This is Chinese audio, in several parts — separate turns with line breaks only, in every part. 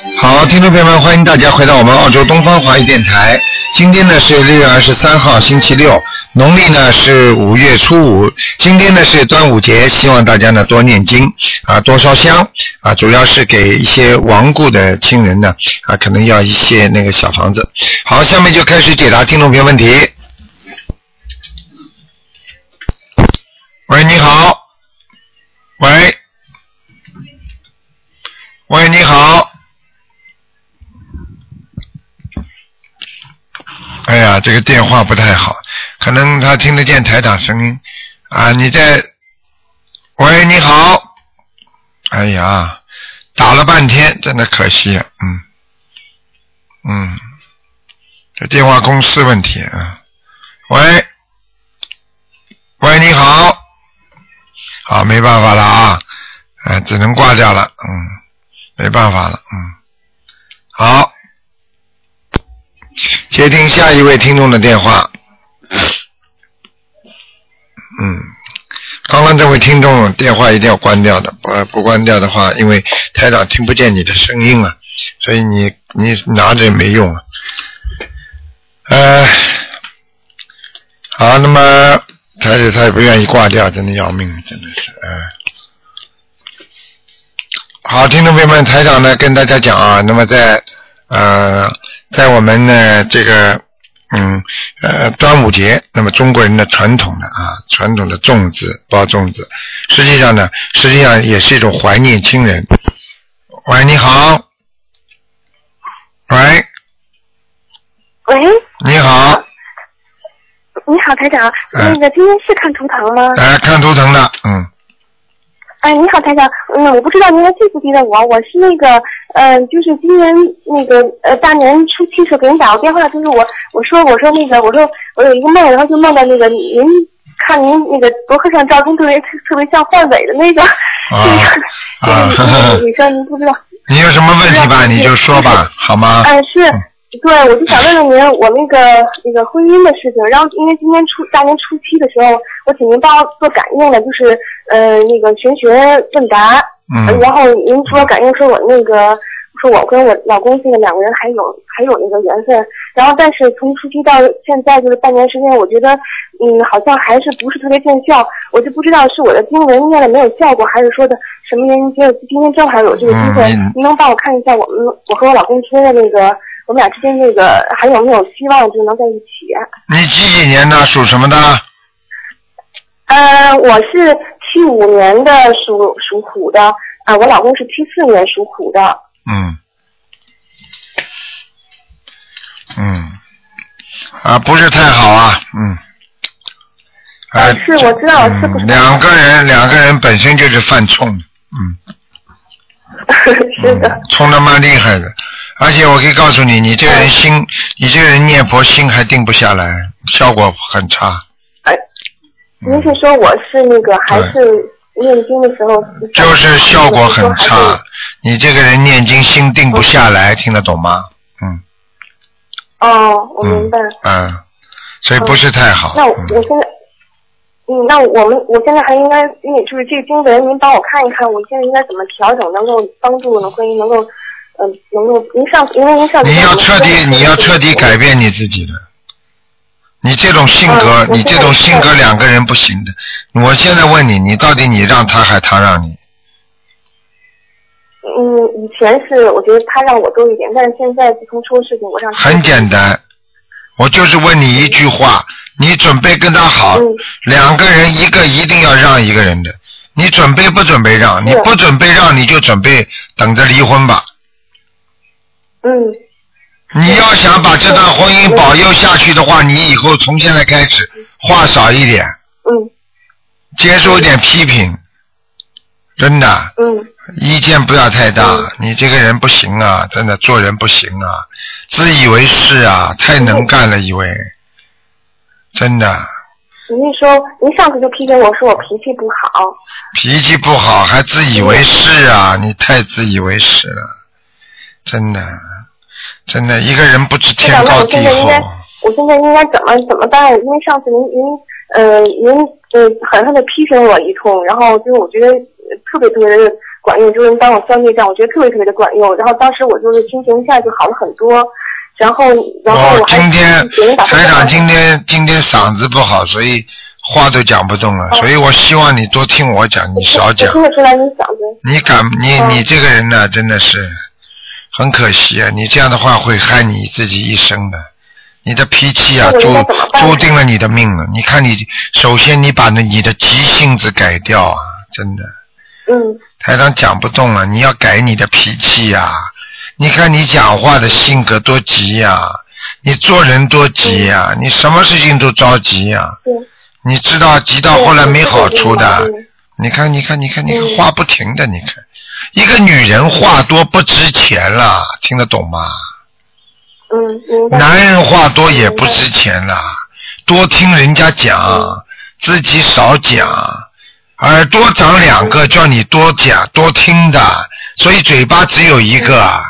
众朋友们，欢迎大家回到我们澳洲东方华语电台。今天呢是六月二十三号，星期六，农历呢是五月初五。今天呢是端午节，希望大家呢多念经啊，多烧香啊，主要是给一些亡故的亲人呢啊，可能要一些那个小房子。好，下面就开始解答听众朋友问题。喂，你好。喂。喂，你好。哎呀，这个电话不太好，可能他听得见台长声音啊。你在？喂，你好。哎呀，打了半天，真的可惜呀、嗯，嗯，这电话公司问题啊。喂，喂，你好。好，没办法了啊，哎，只能挂掉了，嗯。没办法了，嗯。好，接听下一位听众的电话。嗯，刚刚这位听众电话一定要关掉的，不不关掉的话，因为台长听不见你的声音了，所以你你拿着也没用啊。呃，好，那么他也他也不愿意挂掉，真的要命，真的是，哎、好，听众朋友们，台长呢跟大家讲啊，那么在呃，在我们呢这个嗯呃端午节，那么中国人的传统的啊传统的粽子包粽子，实际上呢，实际上也是一种怀念亲人。喂，你好。喂，
喂，
你好，
你好，台长，
哎
那个今天是看图腾吗？
哎，看图腾的，嗯，
哎，你好，台长，嗯，我不知道您还记不记得我，我是那个，呃，就是今年那个呃大年初七时候给您打过电话，就是我我说我说那个我说我有一个梦，然后就梦到那个您看您那个博客上照片特别特别像范伟的那个，
啊
这
啊，呵
个
呵
你说您不知道。
你有什么问题吧，你就说吧，好吗？
哎，是，对，我就想问问您，我那个那个婚姻的事情，然后因为今年初大年初七的时候，我请您帮我做感应了，就是呃那个玄学问答，
嗯
然后您除了感应说我那个。说我跟我老公现在两个人还有还有那个缘分，然后但是从初期到现在就是半年时间，我觉得嗯好像还是不是特别见效，我就不知道是我的经文念了没有效果，还是说的什么原因？觉得今天正好有这个机会，
嗯
您能帮我看一下我们我和我老公之间的那个我们俩之间那个还有没有希望就能在一起？
你几几年的，属什么的？
呃，我是七五年的属属虎的，啊、我老公是七四年属虎的，
嗯，嗯，啊，不是太好啊，嗯，啊，
哦是我知道是不是
嗯、两个人，两个人本身就是犯冲的，嗯，
是的，
嗯冲的蛮厉害的，而且我可以告诉你，你这个人心，
嗯
你这个人念佛心还定不下来，效果很差。
哎
嗯，
您是说我是那个还是念经的时候？
就是效果很
还是
差，你这个人念经心定不下来，听得懂吗？嗯
哦，我明
嗯
白。
嗯，所以不是太好。
那我
嗯
我现在，嗯，那我们我现在还应该，因为就是这个经文，您帮我看一看，我现在应该怎么调整，能够帮助我的婚姻，能够，嗯、能够，您上，因为您 上次
你
跟我
要
们
彻
说
底，
的
你要彻底改变你自己的。你这种性格，
嗯我
你这种性格
现在
两个人不行的。我现在问你，你到底你让他还他让你？
嗯，以前是我觉得他让我多一点，但是现在自从出了事情，我让他
很简单，我就是问你一句话：你准备跟他好，
嗯
两个人一个一定要让一个人的。你准备不准备让？你
是
不准备让，你就准备等着离婚吧。
嗯
你要想把这段婚姻保佑下去的话，你以后从现在开始话少一点，
嗯
接受一点批评，真的
嗯
意见不要太大
嗯。
你这个人不行啊，真的做人不行啊，自以为是啊，太能干了，以为真的
您那时候您上次就批评我说我脾气不好，
脾气不好还自以为是啊，你太自以为是了，真的真的一个人不知
那
天
咱们
高
我
地
现在应该
厚。，
我现在应该怎么怎么办？因为上次您您呃您呃狠狠的批评我一通，然后就是我觉得呃特别特别的管用，就是帮我消孽障，我觉得特别特别的管用。然后当时我就是心情一下就好了很多，然后然
哦
后我，还
今天
给人打
台长
电
今天今天嗓子不好，所以话都讲不动了，
哦
所以我希望你多听我讲，你
话
少讲
我。听得出来你嗓子
你敢你
嗯
你这个人呢、真的是很可惜啊！你这样的话会害你自己一生的。你的脾气啊，
那
注
我应该怎么办
注定了你的命了。你看你，首先你把你的急性子改掉啊，真的。
嗯
台长讲不动了，你要改你的脾气呀、你看你讲话的性格多急呀、你做人多急呀、
嗯
你什么事情都着急呀、
对，嗯
你知道急到
对
后来
我
没
这个
好
就是
处的。
毛病
你看，你看，你看，你看，
嗯
话不停的，你看，一个女人话多不值钱了，听得懂吗？
嗯，明白。
男人话多也不值钱了，多听人家讲
嗯，
自己少讲，耳朵长两个，叫你多讲多听的，所以嘴巴只有一个啊。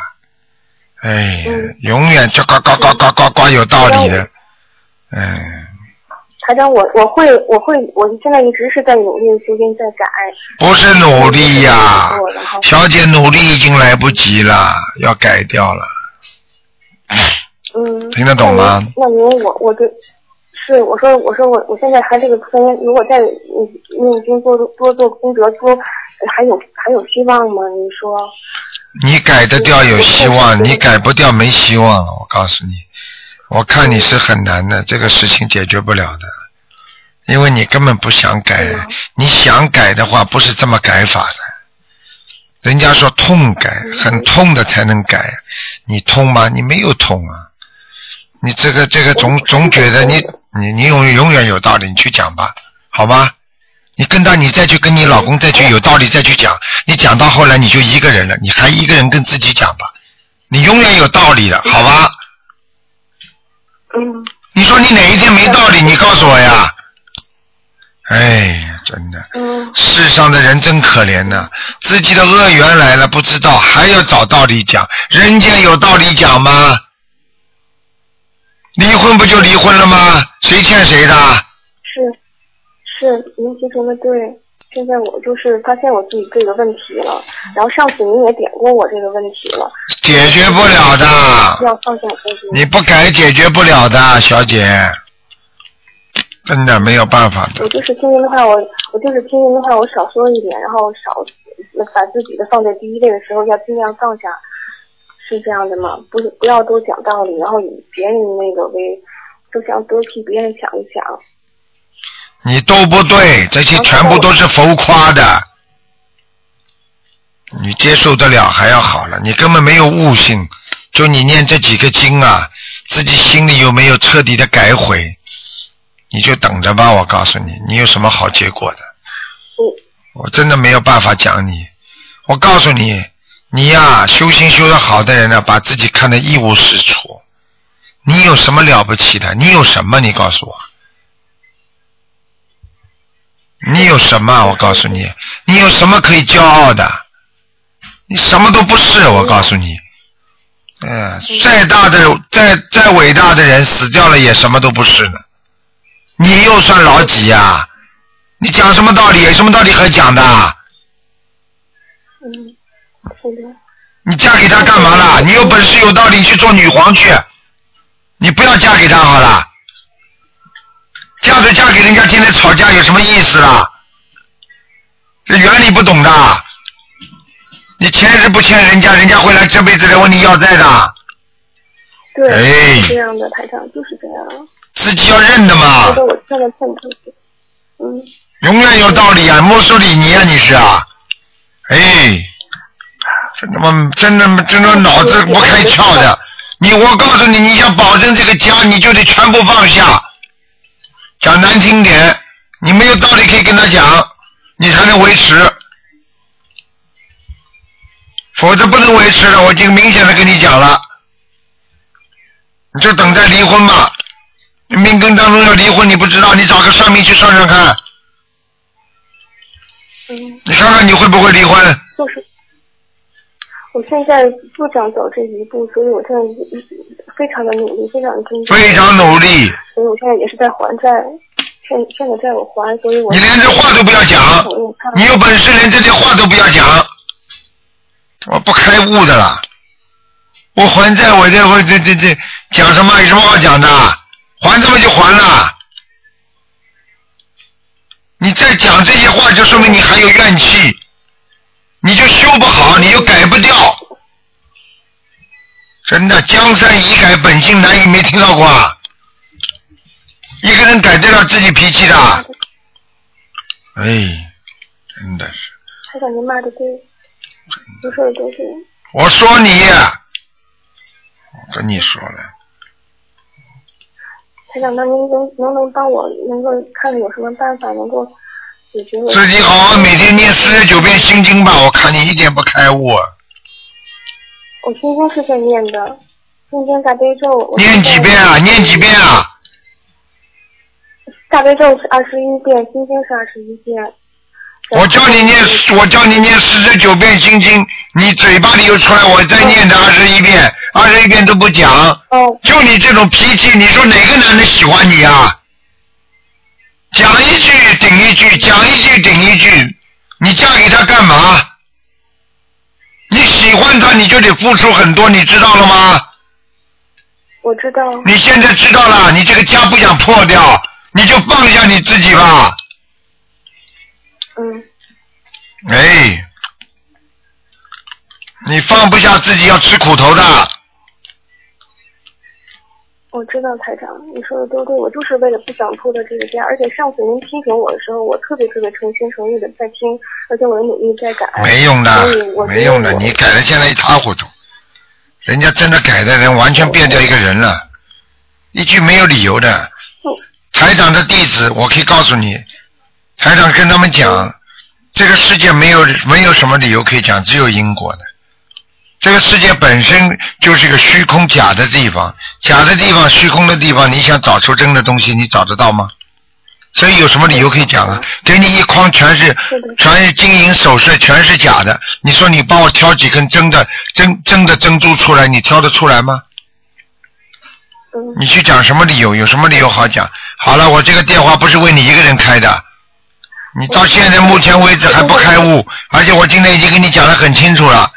哎呀
嗯，
永远就呱呱呱呱呱呱有道理的，哎，
台长，我我会我会，我现在一直是在努力修心，在改。
不是努力呀、
然后
小姐努力已经来不及了，要改掉了。
嗯，
听得懂吗
那您那您我我这是我说我说我我现在还这个坑，如果再嗯用心多多做功德，多还有还有希望吗？您说
你改得掉有希望，你改不掉没希望了。我告诉你，我看你是很难的，这个事情解决不了的，因为你根本不想改
对啊。
你想改的话，不是这么改法的。人家说痛改，很痛的才能改，你痛吗？你没有痛啊。你这个这个总总觉得你你你永永远有道理，你去讲吧，好吗？你跟到你再去跟你老公再去有道理再去讲，你讲到后来你就一个人了，你还一个人跟自己讲吧，你永远有道理的，好吧？
嗯
你说你哪一天没道理，你告诉我呀？哎呀，真的，
嗯
世上的人真可怜呐、自己的恶缘来了不知道，还要找道理讲，人家有道理讲吗？离婚不就离婚了吗？谁欠谁的？
是是，您提出的对。现在我就是发现我自己这个问题了，然后上次您也点过我这个问题了，
解决不了的，
要放下自己。
你不改解决不了的，小姐，真的没有办法的
我。就是听您的话，我我就是听您的话，我少说一点，然后少把自己的放在第一位的时候，要尽量放下，是这样的吗？不是，不要多讲道理，然后以别人那个为，就想多替别人想一想。
你都不对，这些全部都是浮夸的。你接受得了还要好了，你根本没有悟性。就你念这几个经啊，自己心里有没有彻底的改悔？你就等着吧，我告诉你，你有什么好结果的？
嗯
我真的没有办法讲你。我告诉你，你呀、修心修得好的人呢、把自己看得一无是处。你有什么了不起的？你有什么？你告诉我。你有什么？我告诉你，你有什么可以骄傲的？你什么都不是，我告诉你。嗯，再大的、再再伟大的人，死掉了也什么都不是呢。你又算老几呀、你讲什么道理？有什么道理可讲的？
嗯，是的，
你嫁给他干嘛啦？你有本事有道理，你去做女皇去，你不要嫁给他好了。嫁都嫁给人家，天天吵架有什么意思啦？这原理不懂的，你欠是不欠人家，人家会来这辈子来问你要债的，
对，
哎
是这样的，台长就是这样。
自己要认的嘛
觉，得我真的欠自己。嗯，
永远有道理啊，墨索里尼啊你是啊，哎，真他妈真他妈真他妈脑子不开窍的，你我告诉你，你想保证这个家，你就得全部放下。讲难听点，你没有道理可以跟他讲，你才能维持，否则不能维持了。我已经明显的跟你讲了，你就等待离婚吧。命根当中要离婚，你不知道，你找个算命去算算看，
嗯，
你看看你会不会离婚？
就是。我现在不想走这一步，所以我现在一一嗯非常的努力，非常的拼命。
非常努力，
所以我现在也是在还债，欠欠的债我还，所以我
你连这话都不要讲
我我看
你有本事连这些话都不要讲，我不开悟的啦。我还债，我这会这这这讲什么？有什么好讲的？还这么就还了。你再讲这些话，就说明你还有怨气，你就修不好，你又改不掉。真的，江山易改，本性难移，没听到过啊？一个人改得了自己脾气的，哎，真的是。
台长，您骂的对，您说的都对。
我说你，我跟你说了，
台长，那您能能不能帮我能够看看有什么办法能够解决我？
自己好好每天念四十九遍心经吧。我看你一点不开悟啊，
我心经是在念的，心经大悲咒。我
念几遍啊？念几遍啊？
大悲咒是二十一遍，心经是二十一遍。
我叫你念，我叫你念四十九遍心经，你嘴巴里又出来，我再念的二十一遍，二十一遍都不讲。
哦，
就你这种脾气，你说哪个男的喜欢你啊？讲一句顶一句，讲一句顶一句，你嫁给他干嘛？你喜欢他，你就得付出很多，你知道了吗？
我知道，
你现在知道了，你这个家不想破掉，你就放下你自己吧。
嗯，
哎，你放不下自己，要吃苦头的。
我知道台长，你说的都对，我就是为了不想破的这个家，而且上次您批评我的时候，我特别特别诚心诚意的在听，而且我的努力在改。
没用的
哎所以我，觉得
没用的，
我
你改的现在一塌糊涂。人家真的改的人完全变掉一个人了，一句没有理由的。
嗯
台长的弟子，我可以告诉你，台长跟他们讲，这个世界没有没有什么理由可以讲，只有因果的。这个世界本身就是个虚空假的地方，假的地方、虚空的地方，你想找出真的东西，你找得到吗？所以有什么理由可以讲啊？给你一筐全是
嗯是的
全是金银首饰，全是假的。你说你帮我挑几根真的真真的珍珠出来，你挑得出来吗？
嗯，
你去讲什么理由？有什么理由好讲？好了，我这个电话不是为你一个人开的，你到现在目前为止还不开悟，而且我今天已经跟你讲得很清楚了，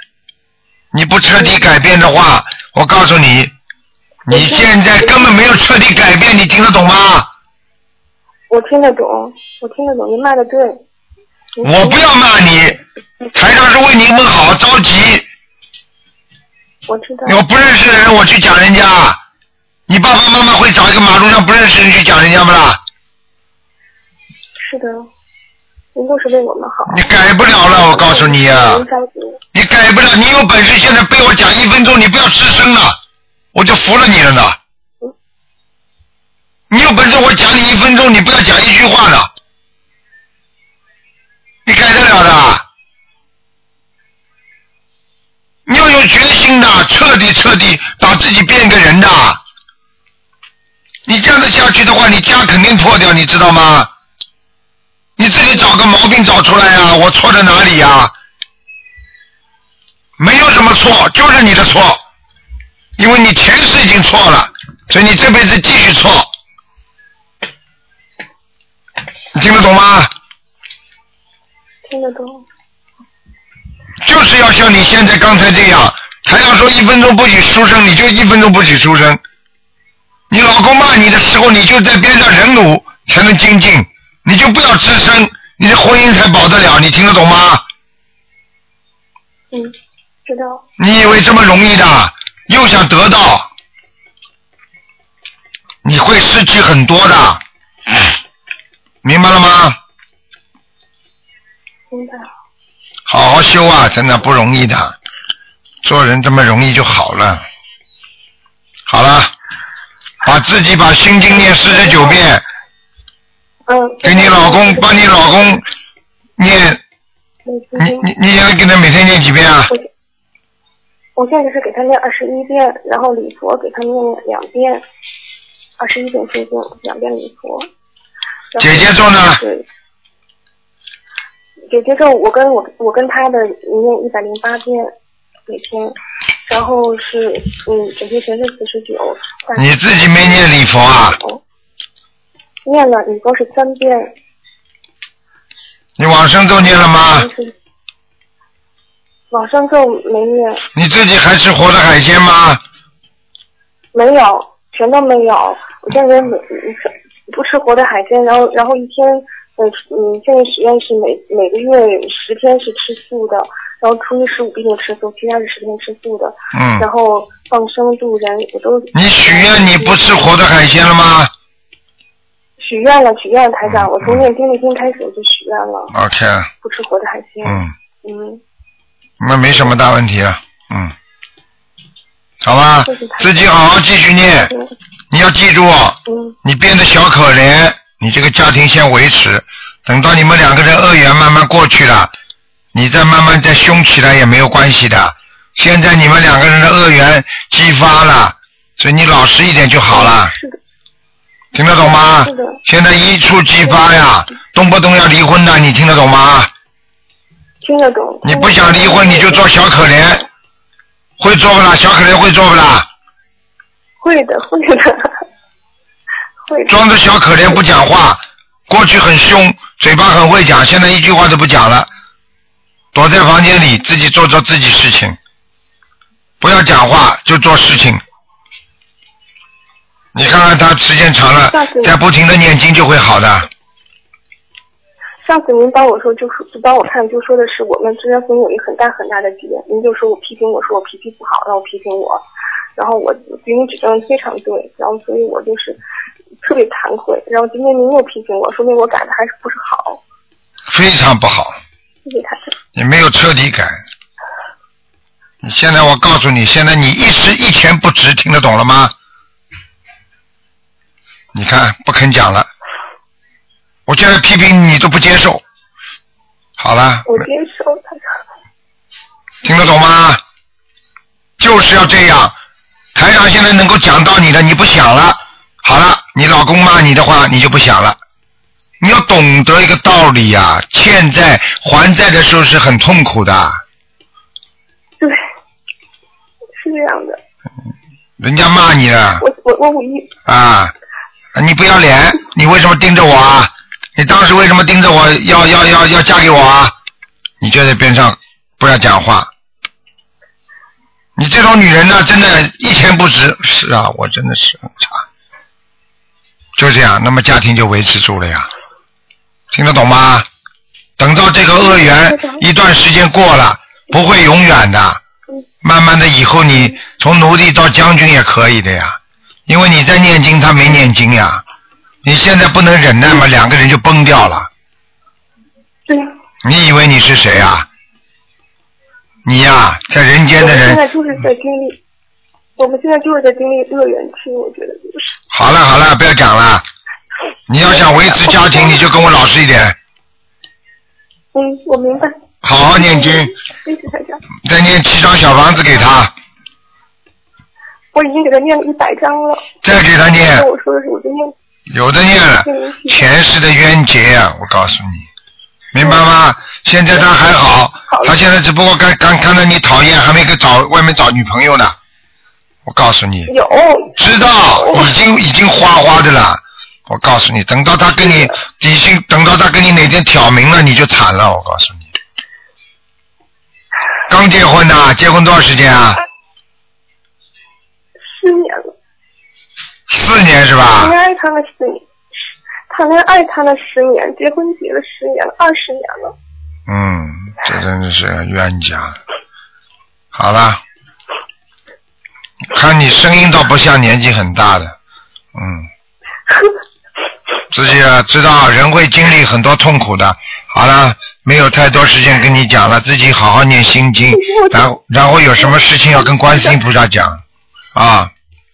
你不彻底改变的话，我告诉你，你现在根本没有彻底改变，你听得懂吗？
我听得懂，我听得懂，您骂的对。您
我不要骂你，台上是为你们好，着急。
我知道，
我不认识的人，我去讲人家，你爸爸妈妈会找一个马路上不认识人去讲人家不啦？
是的，您都是为我们好。
你改不了了，我告诉你啊，
您着急，
你改不了。你有本事现在被我讲一分钟，你不要吱声了，我就服了你了呢。你有本事我讲你一分钟，你不要讲一句话呢，你改得了的啊。你要有决心的，彻底彻底把自己变个人的。你这样子下去的话，你家肯定破掉，你知道吗？你自己找个毛病找出来呀、啊，我错在哪里呀、啊没有什么错，就是你的错，因为你前世已经错了，所以你这辈子继续错。你听得懂吗？
听得懂。
就是要像你现在刚才这样，台上说一分钟不许出声，你就一分钟不许出声。你老公骂你的时候，你就在边上忍辱，才能精进，你就不要吱声，你的婚姻才保得了。你听得懂吗？
嗯，知道。
你以为这么容易的，又想得到，你会失去很多的，明白了吗？
明白。
好好修啊，真的不容易的，做人这么容易就好了。好了，把自己把心经念四十九遍，
嗯。
给你老公，帮你老公念，
嗯。
你你你现在给他每天念几遍啊？
我我现在是给他念二十一遍，然后礼佛给他念两遍，二十一遍心经，两遍礼佛。然后
姐姐咒呢
对。姐姐咒，我跟我我跟他的念一百零八遍每天，然后是嗯，姐姐神是四十九，大悲
你自己没念礼佛啊？
咒念了礼佛是三遍，
啊你往生咒念了吗？
就是往生咒没念，
你自己还吃活的海鲜吗？
没有，全都没有。我现在
嗯
每不吃活的海鲜，然后然后一天，嗯嗯，现在实验室每每个月十天是吃素的，然后初一十五必定吃素，其他是十天吃素的，然
嗯，
后放生度人我都
你许愿你不吃活的海鲜了吗
许愿了，许愿了，台长，
嗯
我从念经那天开始我就许愿了，
？OK，
不吃活的海鲜。
嗯，
嗯，
那没什么大问题了，嗯，好吧
谢谢台，长
自己好好继续念，
嗯
你要记住，哦
嗯，
你变得小可怜，你这个家庭先维持，等到你们两个人恶缘慢慢过去了，你再慢慢再凶起来也没有关系的。现在你们两个人的恶缘激发了，所以你老实一点就好了，啊
是的，
听得懂吗
是的？
现在一触即发呀，动不动要离婚的，你听得懂吗？
听得懂。
你不想离婚，你就做小可怜，会做不啦？小可怜会做不啦？
会的，会的， 会的。
装着小可怜不讲话，过去很凶，嘴巴很会讲，现在一句话都不讲了，躲在房间里自己做做自己事情，不要讲话就做事情。你看看他时间长了
下次，
在不停的念经就会好的。
上次您帮我说，就说就帮我看，就说的是我们之间总有一个很大很大的结。您就说我批评我说我脾气不好，让我批评我，然后我给你指正非常对，然后所以我就是特别惭愧。然后今天您又批评我，说明我改的还是不是好。
非常不好，
谢谢他。
你没有彻底改。你现在我告诉你，现在你一时一钱不值，听得懂了吗？你看不肯讲了，我现在批评你都不接受。好了，
我接受他。
听得懂吗？就是要这样。台长现在能够讲到你的，你不想了。好了，你老公骂你的话，你就不想了。你要懂得一个道理呀、欠债还债的时候是很痛苦的。
对，是这样的。
人家骂你了
我我我五一
啊！你不要脸，你为什么盯着我啊？你当时为什么盯着我要要要要嫁给我啊？你就在边上不要讲话。你这种女人呢，真的一钱不值。是啊，我真的是很差。就这样，那么家庭就维持住了呀。听得懂吗？等到这个恶缘一段时间过了，不会永远的。慢慢的，以后你从奴隶到将军也可以的呀，因为你在念经，他没念经呀。你现在不能忍耐嘛，两个人就崩掉了。
对，
你以为你是谁啊？你呀、在人
我
间的
们现
人。
在就是在经历，我们现在就是在经历乐园期，我觉得就是。
好了好了，不要讲了。你要想维持家庭，你就跟我老实一点，
嗯，我明白。
好好念经，
谢谢台长，
再念七张小房子给他，
我已经给他念了一百章了。
再给他念
跟。我说的是，我就念
有的念了，
念一起。
前世的冤结啊，我告诉你，明白吗？现在他还好
好，
他现在只不过刚刚看到你讨厌，还没给找外面找女朋友呢。我告诉你，
有
知道已经已经花花的了。我告诉你，等到他跟你已经等到他跟你哪天挑明了，你就惨了。我告诉你，哎刚结婚呐、结婚多少时间啊？
四年了，
四年是
谈
吧
恋？爱谈了四年，谈恋爱谈了十年，结婚结了十年了，二十年了。
嗯，这真的是冤家。好了，看你声音倒不像年纪很大的，嗯，自己啊知道人会经历很多痛苦的。好了，没有太多时间跟你讲了，自己好好念心经，然后然后有什么事情要跟观世音菩萨讲啊，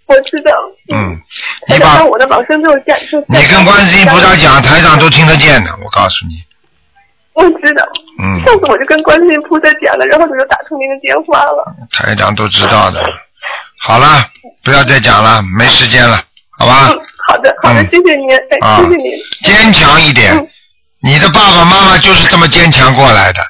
我知道。
嗯，
台
你
长，
把
让我的往生咒加就
你跟观世音菩萨讲，台长都听得见的，我告诉你，
我知道。
嗯，
上次我就跟观世音菩萨讲了，然后他就打通您的电话了。
台长都知道的。好了，不要再讲了，没时间了，好吧？
嗯，好的，好的，
啊嗯
谢谢您，哎，
啊
谢谢您。
坚强一点
嗯，
你的爸爸妈妈就是这么坚强过来的，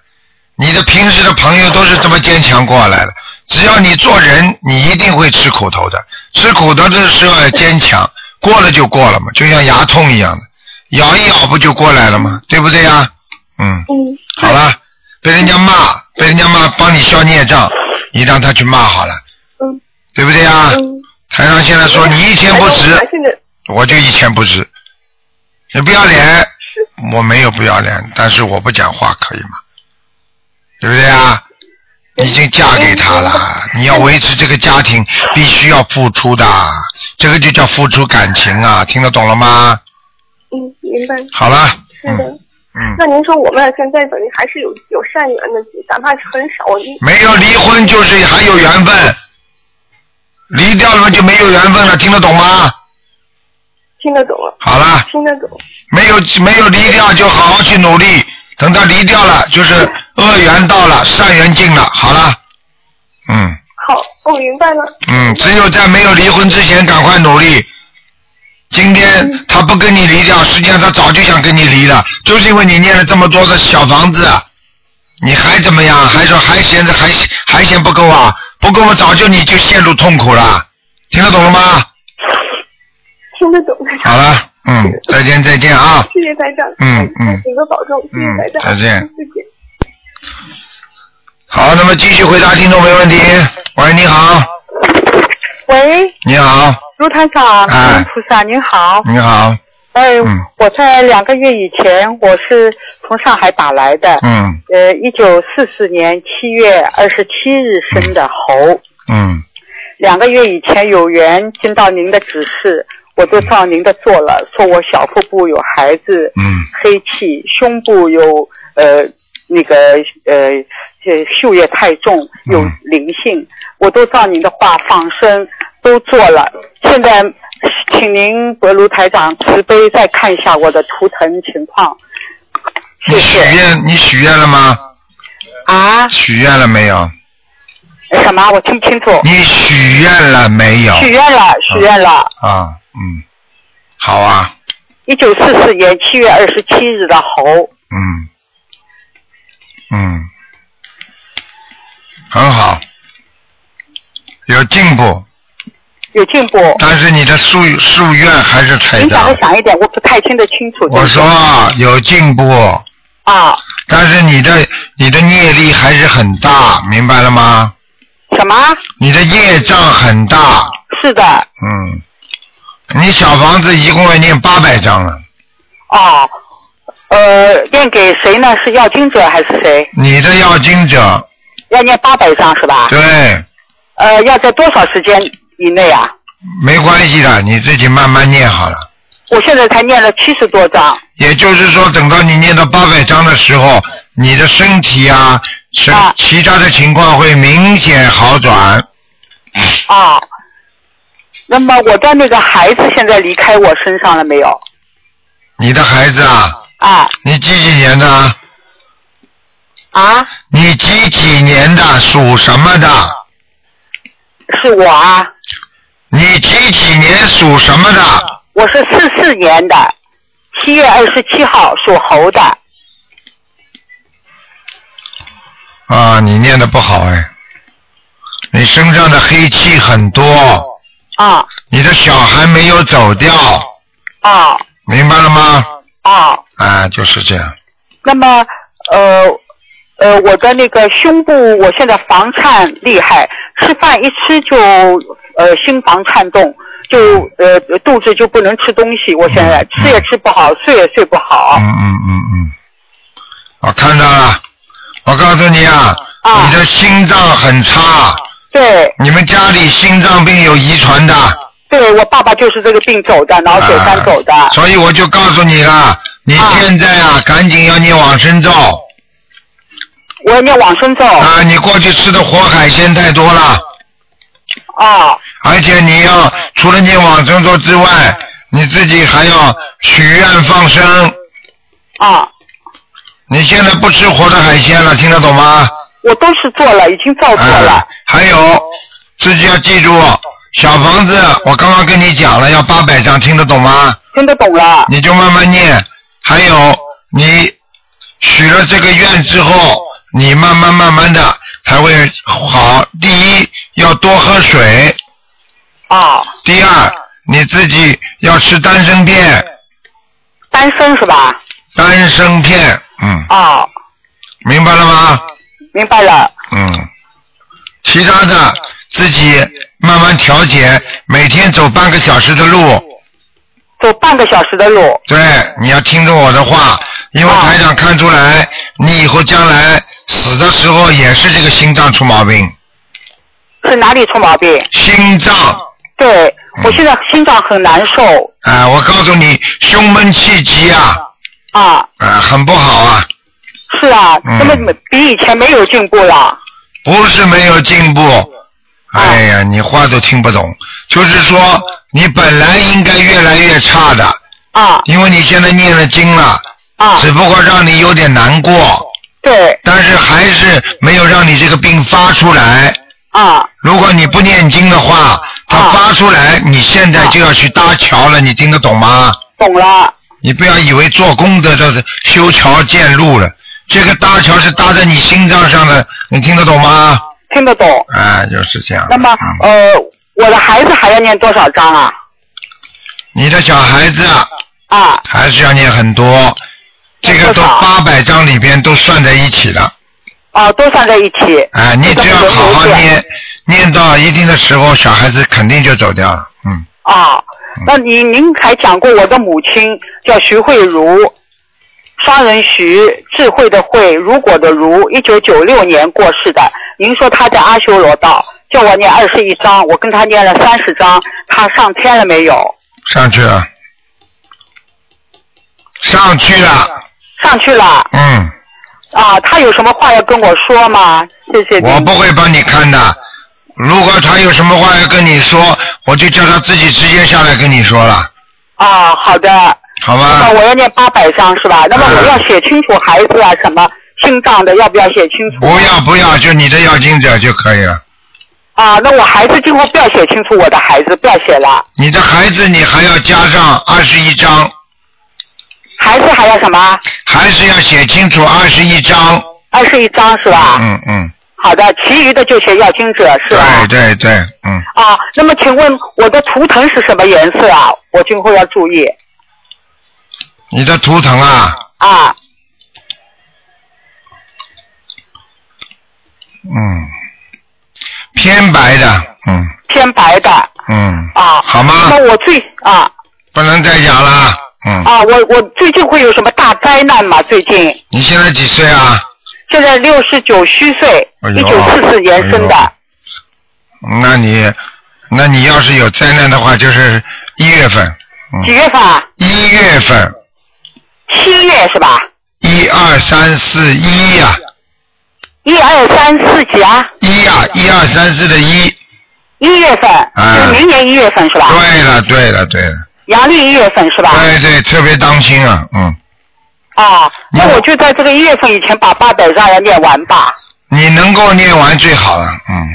你的平时的朋友都是这么坚强过来的。只要你做人，你一定会吃苦头的。吃苦头的时候要坚强， 过了就过了嘛，就像牙痛一样的，咬一咬不就过来了吗？对不对呀？嗯，
嗯，
好了，被人家骂被人家骂，帮你消孽障，你让他去骂好了，
嗯
对不对呀？
嗯。
台上现在
哎
说你一钱不值，
现在
我就一钱不值，你不要脸，我没有不要脸，但是我不讲话可以吗？对不对啊？你已经嫁给他了，你要维持这个家庭，必须要付出的，这个就叫付出感情啊，听得懂了吗？
嗯，明白。
好了，
是的。
嗯嗯，
那您说我们现在等于还是有有善缘的，哪怕是很少。
没有离婚就是还有缘分，离掉了就没有缘分了，听得懂吗？
听得懂了，
好了。
听得懂。
没有没有离掉就好好去努力，等到离掉了就是恶缘到了，善缘尽了，好了，嗯
好，我明白了。
嗯，只有在没有离婚之前赶快努力。今天他不跟你离掉，实际上他早就想跟你离了，就是因为你念了这么多的小房子，你还怎么样？还说还嫌着还还嫌不够啊？不够，我早就你就陷入痛苦了，听得懂了吗？
听得懂。
好了，嗯，再见再见啊。
谢谢台长。
嗯嗯
请多保重。谢谢台长。
嗯再见
谢谢。
好，那么继续回答听众没问题。喂，你好，
喂，
你好，
卢台长，
哎
观音菩萨您好。
你好，
哎，
嗯
我在两个月以前，我是从上海打来的，
嗯
呃，一九四四年七月二十七日生的猴。
嗯
两个月以前有缘听到您的指示，我都照您的做了，说我小腹部有孩子
嗯
黑气，胸部有呃那个呃呃嗅液太重，有
嗯
灵性，我都照您的话放生都做了。现在请您博卢台长慈悲再看一下我的图腾情况，谢
你许
谢
愿，你许愿了吗？
啊
许愿了没有？
什么？我听不清楚，
你许愿了没有？
许愿了，许愿了。
啊，嗯，好啊，
一九四四年七月二十七日的猴，
嗯嗯，很好，有进步，
有进步。
但是你的夙夙愿还是
您
très
讲的
的。
响一点，我不太听得清楚。
哎我说啊有进步，
啊，
但是你的你的业力还是很大，明白了吗？
什么？
你的业障很大，
是的，
嗯，你小房子一共要念八百张了，
哦，呃，念给谁呢？是要经者还是谁？
你的要经者，
要念八百张是吧？
对，
呃，要在多少时间以内啊？
没关系的，你自己慢慢念好了。
我现在才念了七十多张，
也就是说，等到你念到八百张的时候，你的身体啊，是
啊
其他的情况会明显好转。
啊。那么我的那个孩子现在离开我身上了没有？
你的孩子啊，
啊
你几几年的啊？
啊，
你几几年的？属什么的？
是我啊，
你几几年属什么的？
我是四四年的，七月二十七号属猴的。
啊，你念的不好哎，你身上的黑气很多，
啊
你的小孩没有走掉，
啊
明白了吗？
啊！
啊，就是这样，
那么呃呃，我的那个胸部，我现在房颤厉害，吃饭一吃就呃心房颤动，就呃肚子就不能吃东西。我现在
嗯
吃也吃不好，睡也睡不好
嗯。嗯嗯嗯，我看到了，我告诉你啊，
啊
你的心脏很差，
对
你们家里心脏病有遗传的，
对，我爸爸就是这个病走的，脑啊血栓走的。
啊所以我就告诉你了，你
啊哦
现在啊，赶紧要念往生咒
我要念往生咒。
啊，你过去吃的活海鲜太多了。
啊
而且你要除了念往生咒之外，你自己还要许愿放生。
啊！
你现在不吃活的海鲜了，听得懂吗？
我都是做了，已经照做
哎
了。
还有，自己要记住，小房子我刚刚跟你讲了，要八百张，听得懂吗？
听得懂了。
你就慢慢念。还有，你许了这个愿之后，你慢慢慢慢的才会好。第一，要多喝水；
啊，
第二，你自己要吃丹参片。
单身是吧？
丹参片，嗯，
啊，
明白了吗？
明白了。
嗯，其他的自己慢慢调节，每天走半个小时的路。
走半个小时的路，
对，你要听着我的话，因为
啊
台长看出来，你以后将来死的时候也是这个心脏出毛病，
是哪里出毛病？
心脏。
对
嗯
我现在心脏很难受
啊、我告诉你，胸闷气急啊，
啊，
啊、很不好啊，
是啊，
嗯
那么比以前没有进步了。
不是没有进步，
哦
哎呀，你话都听不懂，就是说你本来应该越来越差的，
啊
因为你现在念了经了，
啊，
只不过让你有点难过，
对
但是还是没有让你这个病发出来。
啊
如果你不念经的话，它
啊
发出来，你现在就要去搭桥了，你听得懂吗？
懂了
你不要以为做功德这是修桥建路了，这个搭桥是搭在你心脏上的，你听得懂吗？
听得懂。
哎，就是这样。
那么
嗯
呃，我的孩子还要念多少章啊？
你的小孩子啊
啊，
还是要念很多，这个都
多少
八百章里边都算在一起了。
哦，都算在一起。
哎，你只要好好
这个
念，念到一定的时候，小孩子肯定就走掉了。嗯，
啊，那您您还讲过我的母亲叫徐慧茹，双人徐，智慧的慧，如果的如，一九九六年过世的。您说她在阿修罗道，叫我念二十一章，我跟她念了三十章，她上天了没有？
上去了，上去了。
上去了
嗯，
啊，她有什么话要跟我说吗？谢谢您。
我不会帮你看的。如果他有什么话要跟你说，我就叫他自己直接下来跟你说了，
啊，好的。
好
那
吗？
我要念八百章是吧？那么
嗯
我要写清楚孩子啊什么心脏的，要不要写清楚？
不要不要，就你的要经者就可以了。
啊，那我孩子今后不要写清楚我的孩子，不要写了。
你的孩子你还要加上二十一章，
孩子还要什么？
还是要写清楚二十一章。
二十一章是吧？
嗯嗯，
好的，其余的就写要经者是吧
对？对对，嗯，
啊，那么请问我的图腾是什么颜色啊？我今后要注意
你的图腾啊，
啊。
嗯，偏白的，嗯
偏白的
嗯，
啊。
好
那
吗？
么我最啊
不能再讲了，嗯，
啊，我我最近会有什么大灾难吗？最近
你现在几岁啊？
现在六十九虚岁
哎，呦
一九四四年生的、
哎那你，那你要是有灾难的话，就是一月份，
几
嗯，
月份啊？
一月份，
七月是吧？
一二三四一呀，
一二三四几啊？
一呀，一二三四的一。
一月份，
哎
就是明年一月份是吧？
对了，对了，对了，
阳历一月份是吧？
对对，特别当心啊，嗯，
啊，那我就在这个一月份以前把八百章要念完吧。
你能够念完最好了，嗯，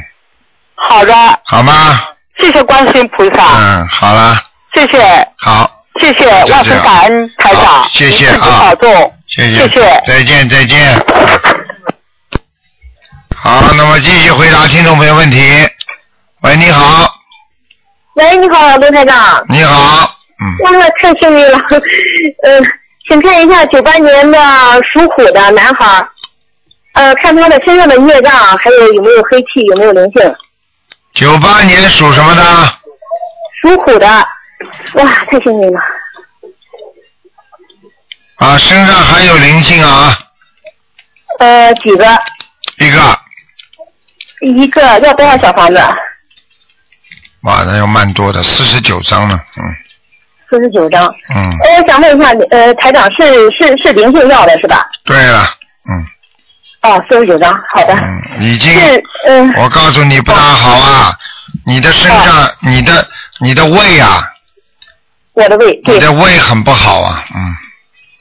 好的，
好吗？
谢谢观世音菩萨，
嗯，好了，
谢谢
好，
谢谢，
就这样
万分感恩台
好
长，
谢谢
您自己
啊
保重。
谢谢，
谢谢
再见，再见。好，那么继续回答听众朋友问题。喂，你好，
喂，你好，刘台长，
你好，嗯，
哇，太幸运了，呃，请看一下九八年的属虎的男孩儿，呃，看他的身上的孽障，还有有没有黑气，有没有灵性，
九八年属什么的？
属虎的，哇，太幸运了，
啊，身上还有灵性啊，
呃，几个，
一个，
一个要多少小房子？
哇，那要蛮多的，四十九张了，嗯
四十九张。
嗯，
呃，我想问一下，呃，台长是是是灵性要的是吧？
对了，嗯
哦，四十九张，好的。
嗯，已经
是，嗯、
我告诉你不大好啊，你的身上，你的你的胃啊，
我的胃，对
你，的胃很不好啊，嗯，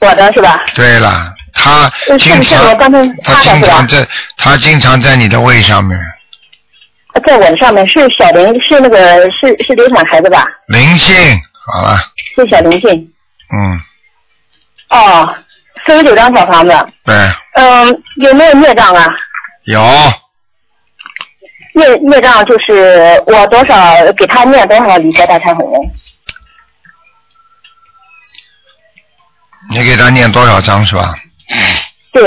我的是吧？
对了，他
呃是
经
不是
常
我刚才
他
擦
经
的是吧
常？在他经常在你的胃上面，
在我的上面是小灵，是那个是是流产孩子吧？
灵性好了，
是小灵性。
嗯，
哦，四十九张小房子。
对，
嗯，有没有孽障啊？
有
孽孽障就是我多少给他念多少礼佛大忏悔文，
你给他念多少章是吧？
对，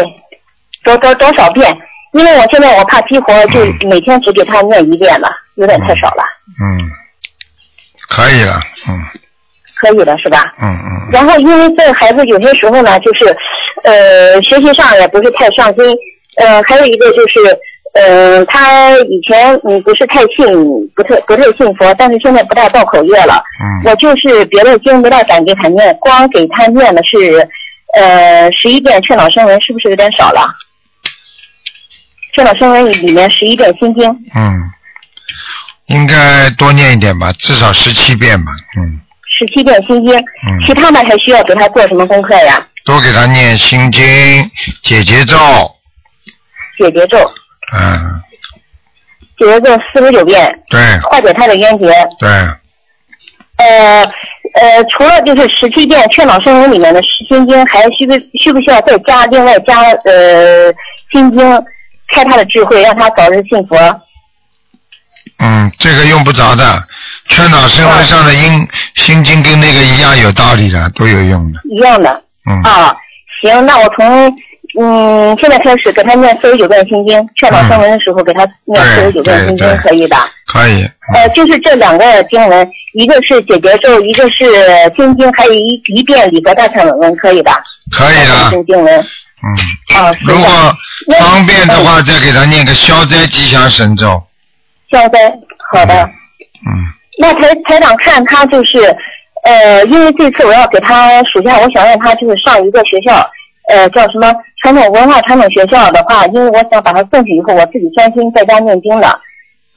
多多多少遍？
因为我现在我怕激活，就
嗯
每天只给他念一遍了，有点太少了，
嗯，可以了，嗯
可以了是吧？
嗯嗯嗯，
然后因为这个孩子有些时候呢，就是呃学习上也不是太上心，呃还有一个就是呃他以前嗯不是太信不太不太信佛，但是现在不太造口业了。
嗯
我就是别的经不大敢给他念，光给他念的是呃十一遍劝导声闻，是不是有点少了？劝导声闻里面十一遍心经，
嗯，应该多念一点吧，至少十七遍吧，嗯
十七遍心经，其
嗯，
他的还需要给他做什么功课呀？
多给他念心经、解结咒，
解结咒，
嗯，
解结咒四十九遍，
对
化解他的冤结。
对，
呃呃，除了就是十七遍劝导声闻里面的心经，还需不需不需要再加另外加呃心经，开他的智慧，让他早日信佛？
嗯，这个用不着的，劝导生活上的因心经跟那个一样有道理的，都有用的，
一样的。
嗯
啊，行，那我从嗯现在开始给他念四十九遍心经，劝导声闻的时候给他念四十九遍心
嗯
经
对对对
可以的。
可以，嗯
呃，就是这两个经文，一个是解结咒，一个是心经，还有一一遍礼佛大忏悔文，可以的。
可以
两
的，
种经文
嗯，
啊，是
如
的。嗯
果方便的话，再给他念个消灾吉祥神咒，
消灾，好的。
嗯
那台台长看他就是，呃，因为这次我要给他暑假，我想让他就是上一个学校，呃，叫什么传统文化传统学校的话，因为我想把他送去以后，我自己专心在家念经的。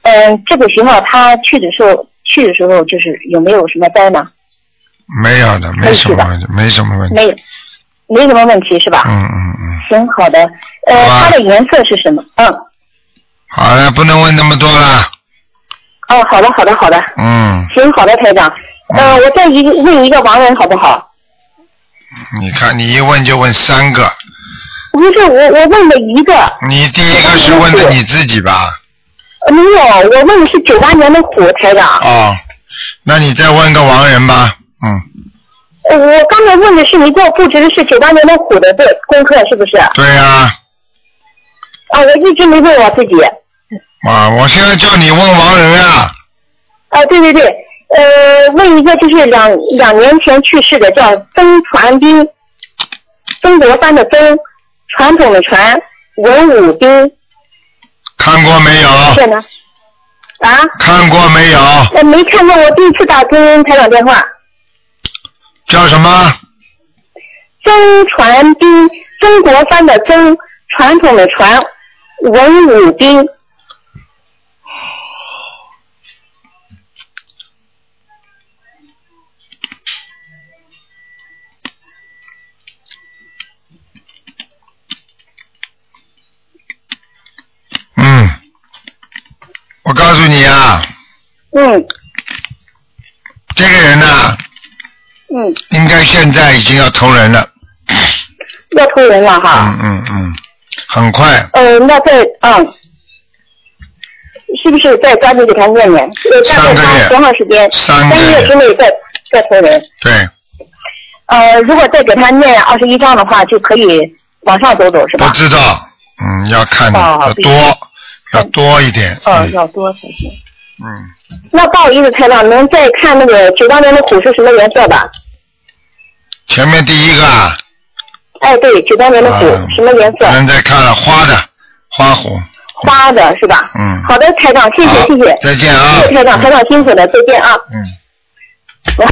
嗯、这个学校他去的时候，去的时候就是有没有什么灾呢？
没有的，没什么问题，没什么问题，
没有，没什么问题是吧？
嗯嗯嗯，
行，好的。呃，
好啊
它的颜色是什么？嗯，
好了，不能问那么多了，
哦，好的，好的，好的。
嗯，
行，好的，台长。呃，我再一个问一个盲人好不好？
你看你一问就问三个，
不是我，我问了一个，
你第一个是问的你自己吧？
呃没有，我问的是九八年的虎台长。
哦，那你再问个亡人吧，嗯，
呃我刚才问的是你给我布置的是九八年的虎的这功课是不是？啊，
对呀、
我一直没问我自己。
啊，我现在叫你问亡人啊，
啊，对对对，呃，问一个就是两两年前去世的叫曾传斌，曾国藩的曾，传统的传，文武斌，
看过没有？
是呢？啊，
看过没有？
呃，没看过，我第一次打跟台长电话。
叫什么？
曾传斌，曾国藩的曾，传统的传，文武斌，
嗯，我告诉你啊，
嗯
这个人呐、
嗯，
应该现在已经要投人了。
要投人了哈。
嗯嗯嗯，很快。
呃，那在嗯，是不是再抓紧给他念念？呃，大
三
概
个月
他多长时间？
三
三
个月
个月之内再再投人。
对
呃，如果再给他念二十一章的话，就可以往上走走是
不
吧？
知道，嗯，要看的
哦
要多，要多一点。
呃，
嗯
要多才行。
嗯，
那不好意思，台长，能再看那个九八年的虎是什么颜色吧？
前面第一个啊，
哎，对，九八年的虎、
嗯
什么颜
不
色？
能再看了，花的花虎。
花的是吧？
嗯
好的，台长，谢谢
好
谢谢，
再见啊
谢谢台长，台长辛苦了，再见啊。
嗯。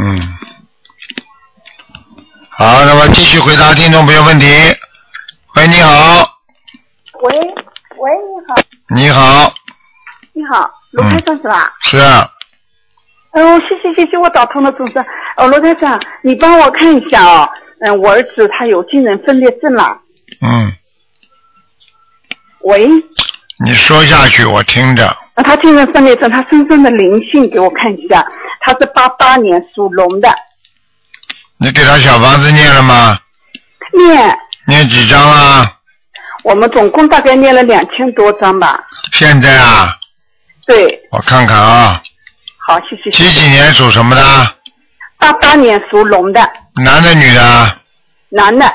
嗯。好，那么继续回答听众朋友问题。喂，你好，
喂喂，你
你
好，
好，
你好，罗
嗯
台长是吧？
是啊，
嗯、哦，谢谢谢谢，我打通了，总算。哦，罗台长，你帮我看一下哦，嗯，我儿子他有精神分裂症了。
嗯，
喂，
你说下去，我听着，
呃他精神分裂症，他身上的灵性给我看一下，他是八八年属龙的，
你给他小房子念了吗？
念
念几张啊？
我们总共大概念了两千多张吧。
现在啊，
对，
我看看啊，
好，谢谢。
几几年属什么的？
八八年属龙的
男的女的？
男的，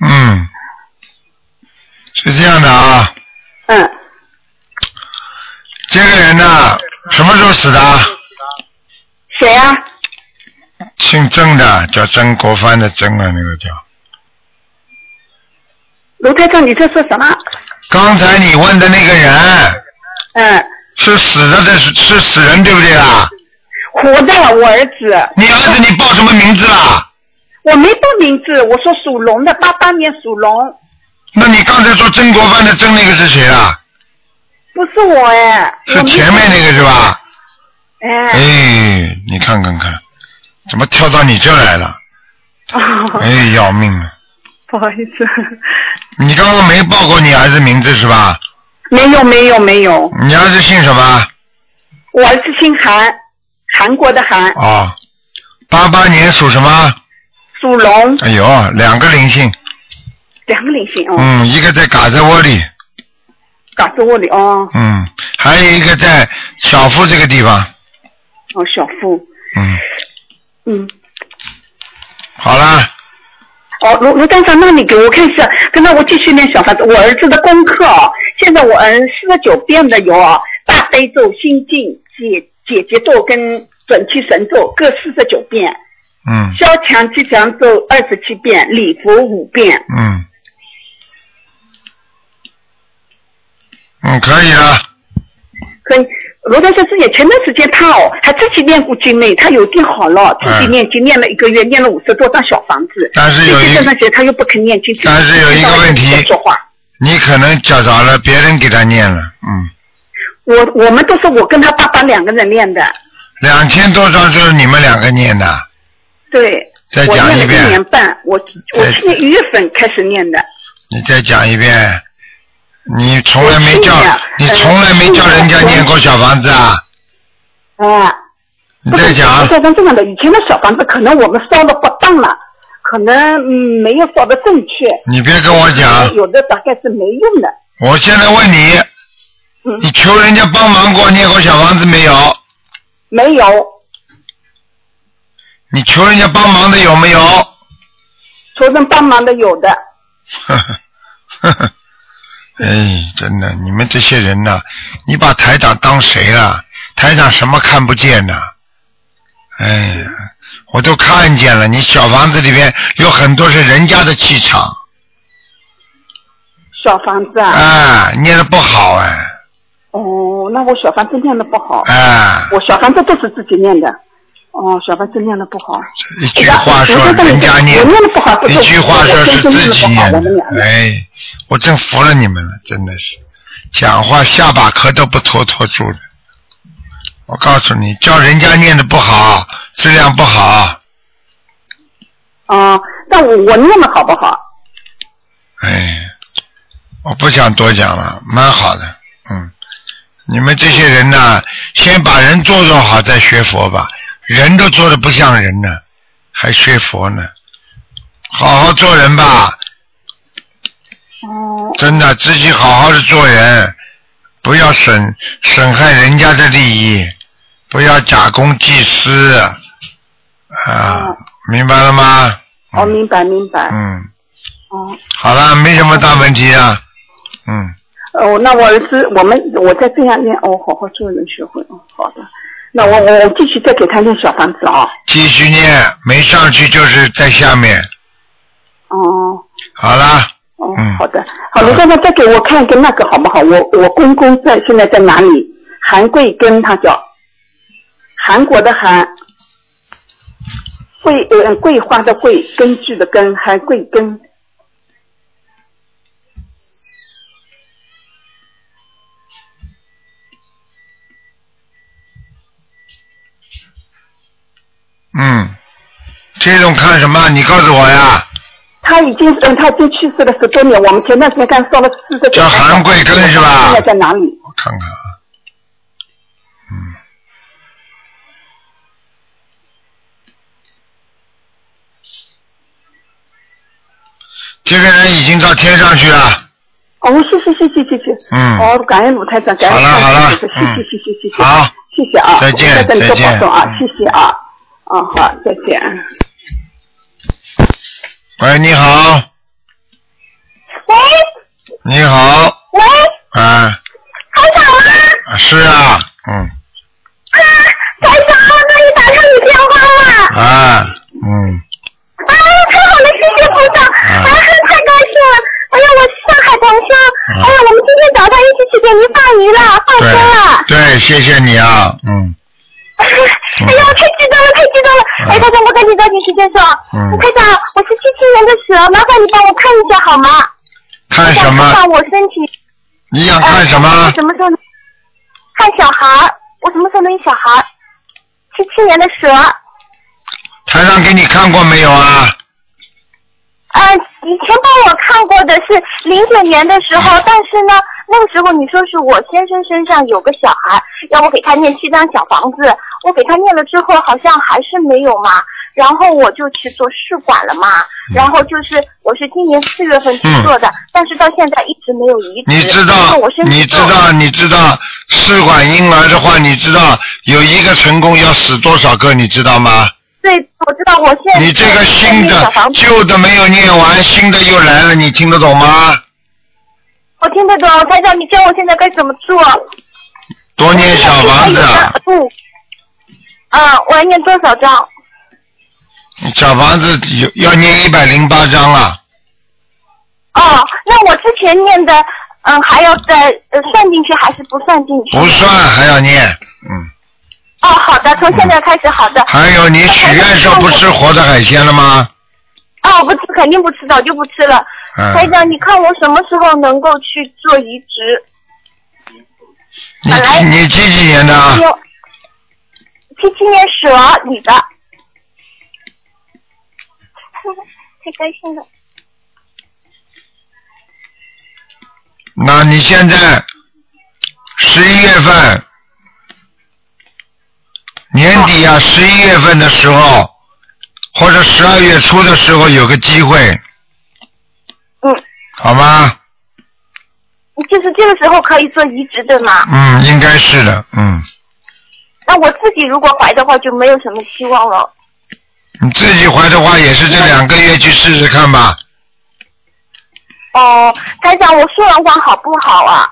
嗯样的啊，
嗯，
这个人呢，什么时候死的啊？
谁
啊
呀、
姓曾的，叫曾国藩的曾啊，那个叫。
卢台长，你在说什么？
刚才你问的那个人
嗯，
是死的的是是死人对不对啦？
活的我儿子，
你儿子你报什么名字啊啦？
我没报名字，我说属龙的，八八年属龙，
那你刚才说曾国藩的曾那个是谁啦？
不是我哎，
是
我没
前面那个是吧？
哎，
哎，你看看看，怎么跳到你这来了？
哦，
哎，要命了！
不好意思，
你刚刚没报过你儿子名字是吧？
没有没有没有，
你儿子姓什么？
我儿子姓韩，韩国的韩，
哦，八八年属什么？
属龙，
哎呦，两个灵性，
两个灵性哦，
嗯，一个在嘎子窝里，
搞在窝里哦，
嗯，还有一个在小腹这个地方，
哦小腹，
嗯，
嗯，
好啦，
哦，卢卢站长，那你给我看一下，跟着我继续念小房子，我儿子的功课哦。现在我儿四十九遍的有哦，大悲咒、心经、解解结咒跟准提神咒各四十九遍，
嗯
消强吉祥咒二十七遍，礼佛五遍。
嗯，嗯，可以了，
可以，罗先生之前前段时间他哦，他自己念过经嘞，他有点好了，自己念经念了一个月，念了五十多张小房子。
嗯但是有一
最近这段时间他又不肯念经，
但是有一个问题
不说话。
你可能找着了别人给他念了，嗯，
我我们都是我跟他爸爸两个人念的，
两千多张就是你们两个念的，
对，
再
我
讲
念了
一遍
年半，我我
再
去年一月份开始念的，
你再讲一遍，你从来没叫
我去年
你
呃
从来没叫人家
去年
念过小房子啊，
啊，
你再讲啊
不，是像这样的，以前的小房子可能我们烧的不当了，可能嗯没有烧的正确，
你别跟我讲。啊
有的大概是没用的，
我现在问你，
嗯
你求人家帮忙过念过小房子没有？
没有
你求人家帮忙的有没有？
求人帮忙的有的，
呵呵呵呵， 哎，真的，你们这些人呐、你把台长当谁了？台长什么看不见呢？哎呀，我都看见了，你小房子里边有很多是人家的气场，
小房子啊，
哎，念的不好哎，
哦，那我小房子念的不好，
哎，
我小房子都是自己念的，哦，小房子念的不好。
一句话说人家念
我，念的不好，不
一
是
句话说是自己
我先生念
演
的不好，
的
我们俩，的。
哎，我真服了你们了，真的是，讲话下巴壳都不拖拖住的。我告诉你，叫人家念的不好，质量不好，
啊，但我我念的好不好？
哎，我不想多讲了，蛮好的，嗯，你们这些人呐，先把人做做好再学佛吧，人都做的不像人呢，还学佛呢，好好做人吧。
哦，
真的，自己好好的做人，不要损损害人家的利益，不要假公济私，啊
哦，
明白了吗？
哦，明白明白。
嗯，
哦，
好了，没什么大问题啊。嗯，
哦，那我儿子，我们我再这样念，哦，好好做人学会，哦，好的。那我我我继续再给他念小房子啊。
继续念，没上去就是在下面。
哦。
好了，
哦
嗯，
好的，好，卢先生再给我看一个那个好不好？我我公公在现在在哪里？韩桂根，他叫韩国的韩，桂呃桂花的桂，根据的根，韩桂根。
嗯，这种看什么？你告诉我呀。
他已经嗯，他已经去世了十多年。我们前段时间刚烧了四十九。
叫韩桂根是吧
现在在哪里？
我看看啊，嗯，这个人已经到天上去了，
哦，谢谢谢谢谢谢。
嗯
哦，感恩鲁台长，感恩
好了好了
谢谢
嗯
谢谢谢谢谢谢。
好，
谢谢啊，
再见
我在这里多
再见
保重啊
嗯，
谢谢啊，啊好，再见。
喂，你好，
喂，
你好，
喂，
啊，
台长吗？
是啊，嗯，
啊，台长，那你打通你电话了。
啊，嗯，
啊，太好了，谢谢部长，
啊
啊，太高兴了。哎呀，我是上海同乡，哎呀，我们今天早上一起去给您放鱼了，放生
对
了。
对，谢谢你啊，嗯，
哎呀，太激动了，太激动了！哎，台长，我赶紧抓紧时间说。
嗯
台长，我是七七年的蛇，麻烦你帮我看一下好吗？
看
我
什
想看
么？
看我身体。
你想看什
呃
么
我？什么时候能？看小孩儿，我什么时候能有小孩儿？七七年的蛇，
台上给你看过没有啊？
呃，以前帮我看过的是零九年的时候，但是呢，那个时候你说是我先生身上有个小孩，让我给他念七张小房子，我给他念了之后好像还是没有嘛，然后我就去做试管了嘛，
嗯
然后就是我是今年四月份去做的，但是到现在一直没有移植。
你知
因
道
为哎我身，体
你知道，你知道试管婴儿的话，你知道有一个成功要死多少个，你知道吗？
对，我知道我现在
你这个新
在念小
的
房子
旧的没有念完，新的又来了，你听得懂吗？
我听得懂，台长，你教我现在该怎么做？
多念小房子，
不，啊，我要念多少张？哦
小房子有要念一百零八章了，
哦，那我之前念的，嗯，还要再、呃、算进去还是不算进去？
不算还要念，嗯。
哦，好的，从现在开始，好的。
还有你许愿说不吃活的海鲜了吗？
啊，我不吃，肯定不吃，早就不吃了。台
嗯，
长，你看我什么时候能够去做移植？
你
本来
你几几年的啊？
有七七年蛇，女的。 太开心了。
那你现在十一月份年底啊，十一月份的时候，或者十二月初的时候有个机会，
嗯，
好吗？
就是这个时候可以做移植，对吗？
嗯，应该是的，嗯，
那我自己如果怀的话，就没有什么希望了。
你自己怀的话也是这两个月去试试看吧。
哦，台长，我输卵管好不好啊？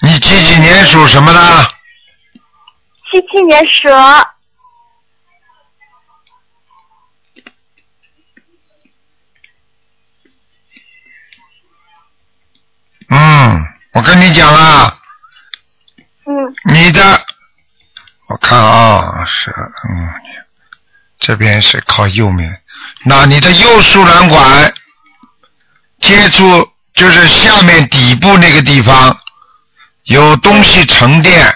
你几几年属什么的？
七七年蛇，
嗯，我跟你讲啊，
嗯，
你的，我看啊，是，嗯，这边是靠右面，那你的右输卵管接触就是下面底部那个地方有东西沉淀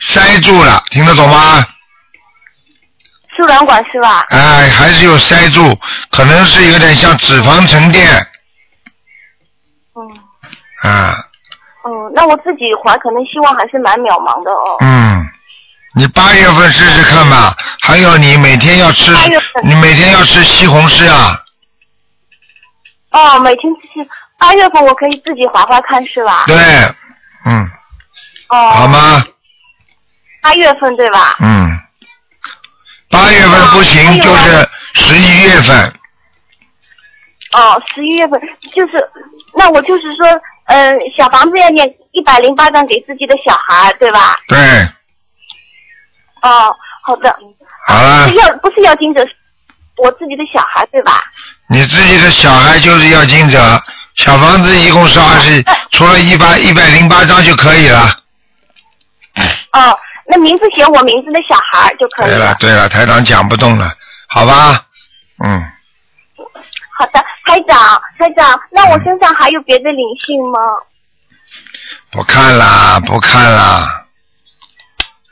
塞住了，听得懂吗？
输卵管是吧？
哎，还是有塞住，可能是有点像脂肪沉淀
嗯
啊，
嗯，那我自己怀可能希望还是蛮渺茫的哦。
嗯，你八月份试试看吧。还有你每天要吃
八月，份
你每天要吃西红柿啊。
哦，每天自己八月份我可以自己划划看是吧？
对，嗯，好
哦，
吗？
八月份对吧？
嗯，八月份不
还
行，
有啊
就是十一月份。
哦，十一月份就是，那我就是说，嗯，小房子要念一百零八张给自己的小孩对吧？
对，
哦，好的，
好了
是，要不是要经者，是我自己的小孩对吧？
你自己的小孩就是要经者，小房子一共是二十，除了一百一百零八张就可以了。
哦，那名字写我名字的小孩儿就可
对
以
了，对了，台长讲不动了，好吧？嗯，
好的，台长，台长，那我身上还有别的灵性吗？
不看啦，不看啦，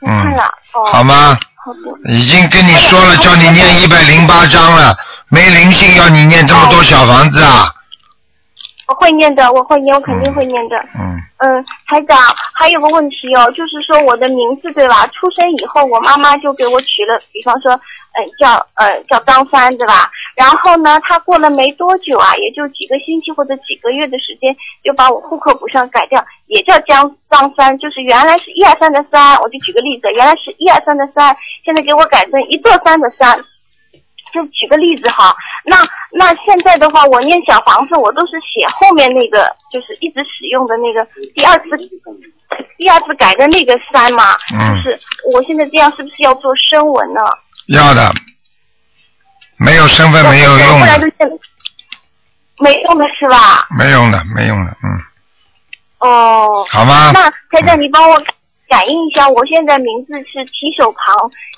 不看了，哦，
好吗？
好的，
已经跟你
哎
说了，叫你念一百零八章了，没灵性要你念这么多小房子啊？
哦
我会念的，我会念，我肯定会念的。
嗯，
嗯，台长，还有个问题哦，就是说我的名字对吧？出生以后，我妈妈就给我取了，比方说，嗯、叫呃叫张三对吧？然后呢，她过了没多久啊，也就几个星期或者几个月的时间，就把我户口簿上改掉，也叫张张三，就是原来是一二三的三，我就举个例子，原来是一二三的三，现在给我改成一座山的山。
就举个例子哈，那那现在的话，我念小房子，我都是写后面那个，就是一直使用的那个第二次第二次改的那个三嘛，
嗯
就是我现在这样是不是要做声纹呢？
要的，没有身份没有用
不然就
的，
现没用的是吧？
没用的，没用的，嗯，
哦，
好吗？
那台长，你帮我感应一下，我现在名字是提手旁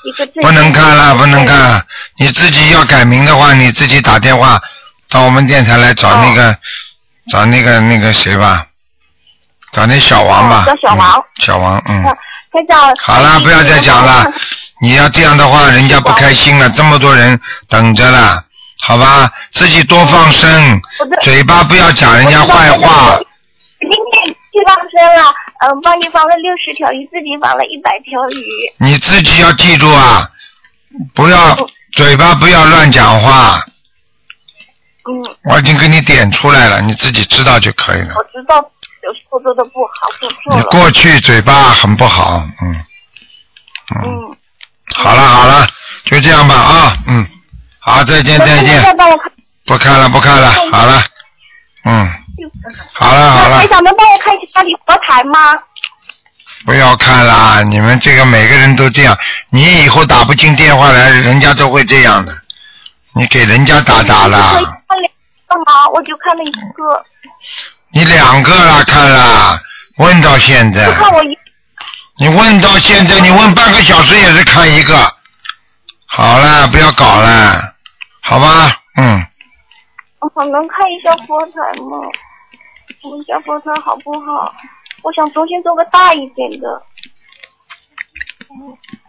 一个字。
不能看了，不能看。了。你自己要改名的话，你自己打电话到我们电台来找那
哦
个、找那个那个谁吧，找那小王
哦
吧。
找小王
嗯小王，嗯。
嗯台长。
好了，不要再讲了。你要这样的话，人家不开心 了，这么多人等着了，好吧？自己多放生，
我的
嘴巴不要讲人家坏话。
今天去放生了，嗯，帮你放了六十条鱼，自己放了一百条鱼。
你自己要记住啊，不要嘴巴不要乱讲话。
嗯，
我已经给你点出来了，你自己知道就可以了
我。知道有时候做的不好，做错
你
了。
过去嘴巴很不好，嗯嗯，
嗯，
好了好了，就这样吧啊，嗯，好，再见再
能不能
见，
帮我看，
不看了不看了，好了，嗯，好了好了
台，长能帮我看一下你佛台吗？
不要看了，你们这个每个人都这样，你以后打不进电话来，人家都会这样的，你给人家打打
我
了。
看两个吗？我就看了一个，
你两个啦，看啦，问到现在
就，看我一
你问到现在，你问半个小时也是看一个。好了，不要搞了，好吧？嗯，
我能看一下佛台吗？我们家佛台好不好？我想重新做个大一点的。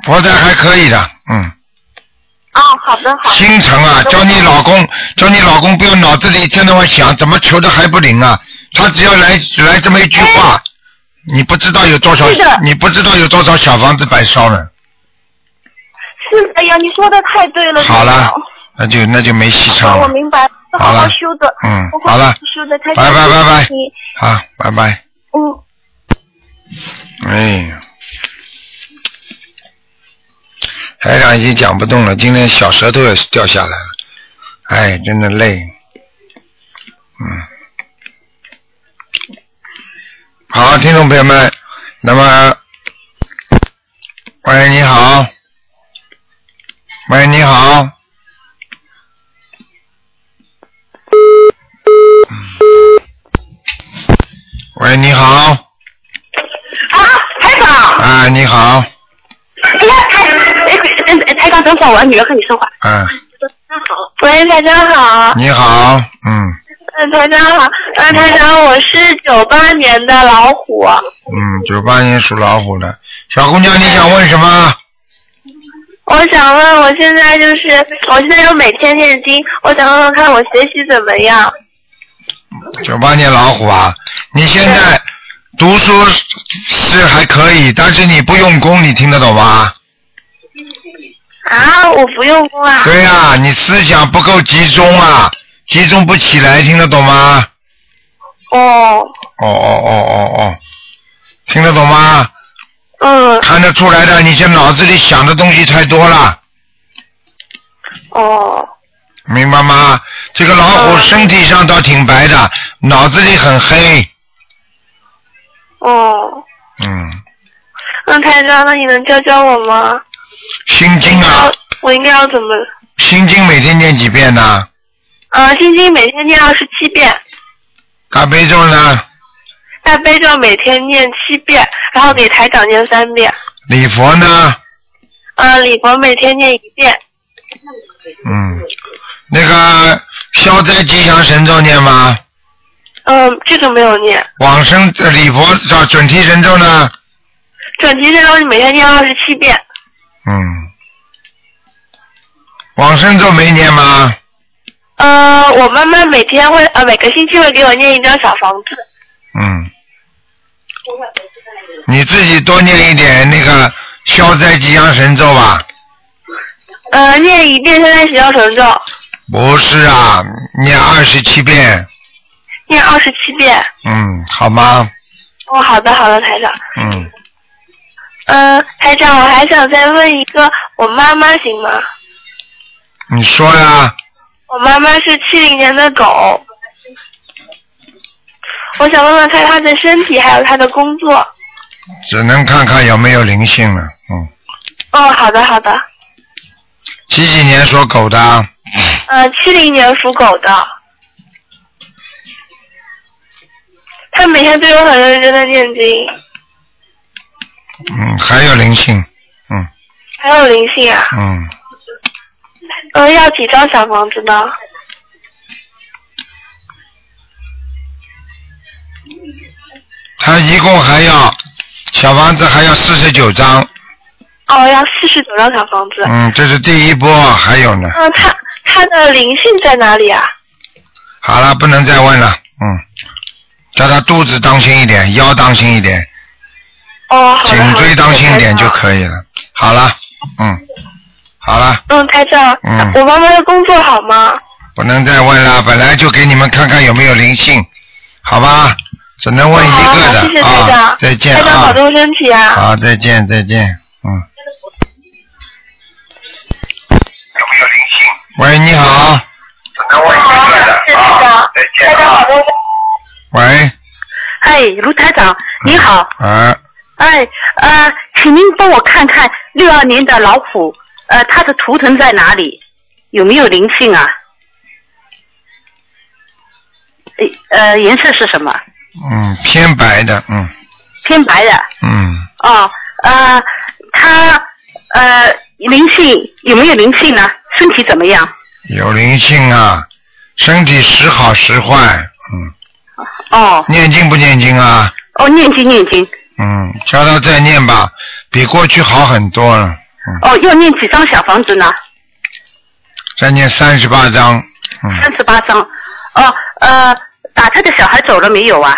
佛台还可以的，嗯。
啊，好的好的。
心诚啊，叫你老公，叫你老公不要脑子里一天到晚想怎么求的还不灵啊，他只要来来这么一句话，你不知道有多少
哎是的，
你不知道有多少小房子白烧了。
是，哎呀，你说的太对了。
好了
台长，
那就那就没戏唱
我
了
明白了，我好
好了
好修的。
嗯
我会
好了
修的太
拜拜拜拜
你
啊，拜拜。
嗯，
哎呀，台长已经讲不动了，今天小舌头也掉下来了，哎，真的累。嗯，好，听众朋友们，那么，喂，你好，喂，你好，嗯喂，哎你好。
啊，台长，
啊，你好，
哎呀，台，哎台长，等会儿我女儿和你说话。
嗯，
喂，台长好，
你好，嗯
嗯，台长好，嗯，台长，我是九八年的老虎，
嗯，九八年属老虎的小姑娘，你想问什么？
我想问，我现在就是，我现在又每天念经，我想问问看我学习怎么样？
九八年老虎啊，你现在读书是还可以，但是你不用功，你听得懂吗？
啊，我不用功啊，
对呀、你思想不够集中啊，集中不起来，听得懂吗？
哦，
哦哦哦哦哦，听得懂吗？
嗯，
看得出来的，你这脑子里想的东西太多了。
哦，
明白吗？这个老虎
嗯
身体上倒挺白的，脑子里很黑。
哦，
嗯，
嗯，台长，那你能教教我吗？
心经啊，
我应该要怎么？
心经每天念几遍呢？
呃，心经每天念二十七遍，
大悲咒呢？
大悲咒每天念七遍，然后给台长念三遍，
礼佛呢？
呃，礼佛每天念一遍。
嗯，那个消灾吉祥神咒念吗？
嗯，这个没有念。
往生呃礼佛叫准提神咒呢？
准提这东西每天念二十七遍。
嗯，往生咒没念吗？
呃，我妈妈每天会呃每个星期会给我念一张小房子。
嗯，你自己多念一点那个消灾吉祥神咒吧。
呃，念一遍现在十要神咒，
不是啊，念二十七遍，
念二十七遍。
嗯，好吗？
哦，好的好的，台长。呃
嗯，
嗯、台长，我还想再问一个，我妈妈行吗？
你说呀，
我妈妈是七零年的狗，我想问问看她的身体还有她的工作。
只能看看有没有灵性了。嗯，
哦，好的好的，
几几年属狗的啊？
呃，七零年属狗的，她每天都有很认真的念经，
嗯，还有灵性。嗯
还有灵性啊。
嗯，
嗯，要几张小房子呢？
他一共还要小房子还要四十九张。
哦，要四十九张小房子。
嗯，这是第一波，还有呢。
嗯，她她的灵性在哪里啊？
好了，不能再问了。嗯，叫他肚子当心一点，腰当心一点，
哦，好的
颈
好的。
椎当心一点
台
就
长
可以了。好了，嗯，好了，
嗯，台长，
嗯
我妈妈的工作好吗？
不能再问了。本来就给你们看看有没有灵性，好吧？只能问一
好
个的
好谢谢台长
啊。再见
台长
啊
保。重身体啊。
好，再见，再见，嗯。喂，你好，
谢谢台长，台长好的。
喂，
哎，卢台长，你好。
啊，
哎，呃，请您帮我看看六二年的老虎，呃，它的图腾在哪里？有没有灵性啊？哎，呃，颜色是什么？
嗯，偏白的，嗯
偏白的。
嗯，
哦，呃，它呃灵性有没有灵性呢？身体怎么样？
有灵性啊，身体时好时坏，嗯，
哦，
念经不念经啊？
哦，念经念经，
嗯，叫他再念吧，比过去好很多了，
哦，要念几张小房子呢？
再念三十八章，嗯，
三十八张。哦，呃，打他的小孩走了没有啊？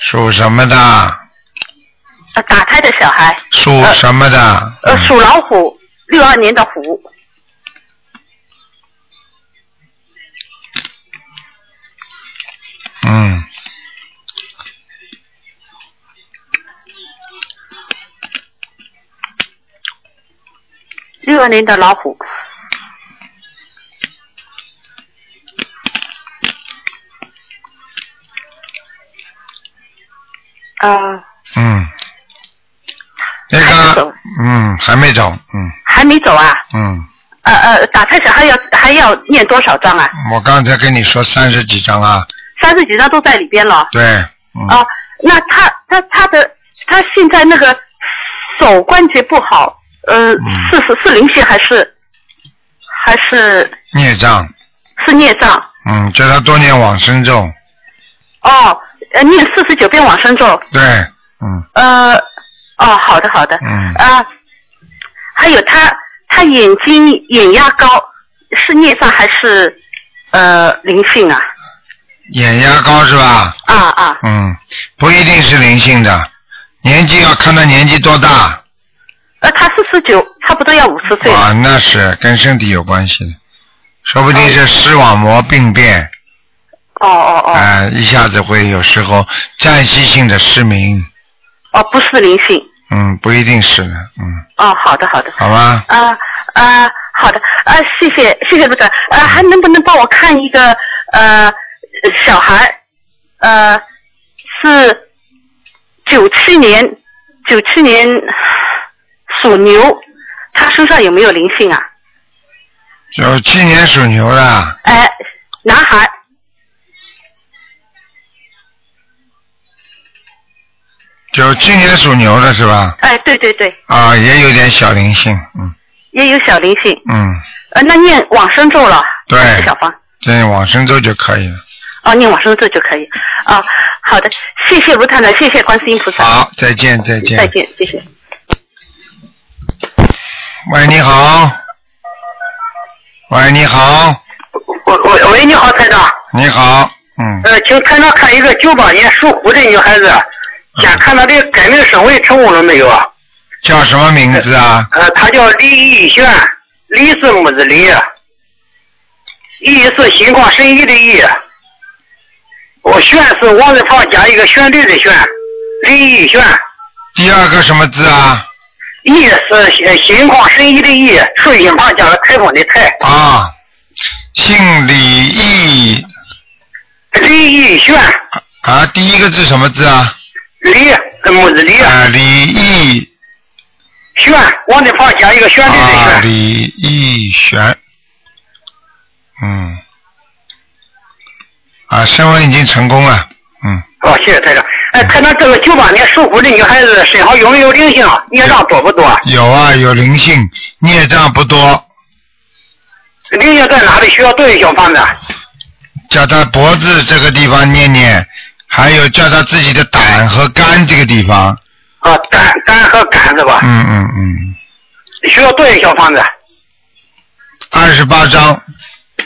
属什么的？
呃，打胎的小孩，
属什么的？
呃，
嗯
属老虎，六二年的虎，
嗯，
呃
嗯
六二年的老虎。呃，
嗯，那
还没
个
走，
嗯，还没走，嗯
还没走啊？
嗯，
呃呃，打胎小孩要还要念多少章啊？
我刚才跟你说三十几张啊，
三十几章都在里边了。
对，嗯，
啊，那他他他的他现在那个手关节不好，呃，是是是灵性还是还是
孽障，
是孽障？
嗯，叫他多念往生咒，
哦，呃，念四十九遍往生咒，
对，嗯
呃，哦，好的好的，
嗯，
啊，还有他他眼睛眼压高，是孽障还是呃灵性啊？
眼压高是吧？
啊啊，
嗯，不一定是灵性的，年纪要看他年纪多大
呃，他四十九，差不多要五十岁了。
啊，那是跟身体有关系的，说不定是视网膜病变，
哦哦
哎、
哦，
一下子会有时候暂时性的失明，
哦，不是灵性。
嗯，不一定是的，嗯，
哦，好的好的。
好吧，
啊啊，好的啊，谢谢谢谢部长。呃、还能不能帮我看一个呃小孩？呃，是九七年九七年属牛，他身上有没有灵性啊？
九七年属牛的，
哎、男孩，
九七年属牛的是吧？
哎、对对对，
啊，也有点小灵性，嗯
也有小灵性。
嗯，
呃，那念往生咒了，
对
还是小芳。
这往生咒就可以了。
哦，念往生咒就可以。啊，好的，谢谢卢太太，谢谢观世音菩萨。
好，再见再见。
再见，谢谢。
喂，你好。喂，你好，
我我喂，你好，台长。
你好，嗯，
呃，请台长看一个九八年属虎的女孩子，想看她的改名升为成功了没有啊？
叫什么名字啊？
呃，她叫李义璇，李是木子李，啊义是心旷神怡的义，啊我璇是王字旁加一个旋律的旋，李义璇。
第二个什么字啊？
易是呃形况生意的易，竖引旁讲了开放的开，
啊，姓李毅
李易轩，
啊，第一个字什么字啊？
李跟木子李
啊，李毅
轩，往这旁讲一个旋律的
啊，
旋，
李毅玄，嗯，啊，升温已经成功了，嗯，
哦，谢谢台长。哎，台长，这个九八年属虎的女孩子身上有没有灵性啊？孽障多不多啊？
有啊，有灵性，孽障不多，
灵性在哪里？需要多少小房子啊？
叫他脖子这个地方念念，还有叫他自己的胆和肝这个地方，
啊，肝肝和肝是吧？
嗯嗯嗯，
需要多少小房子啊？
二十八章，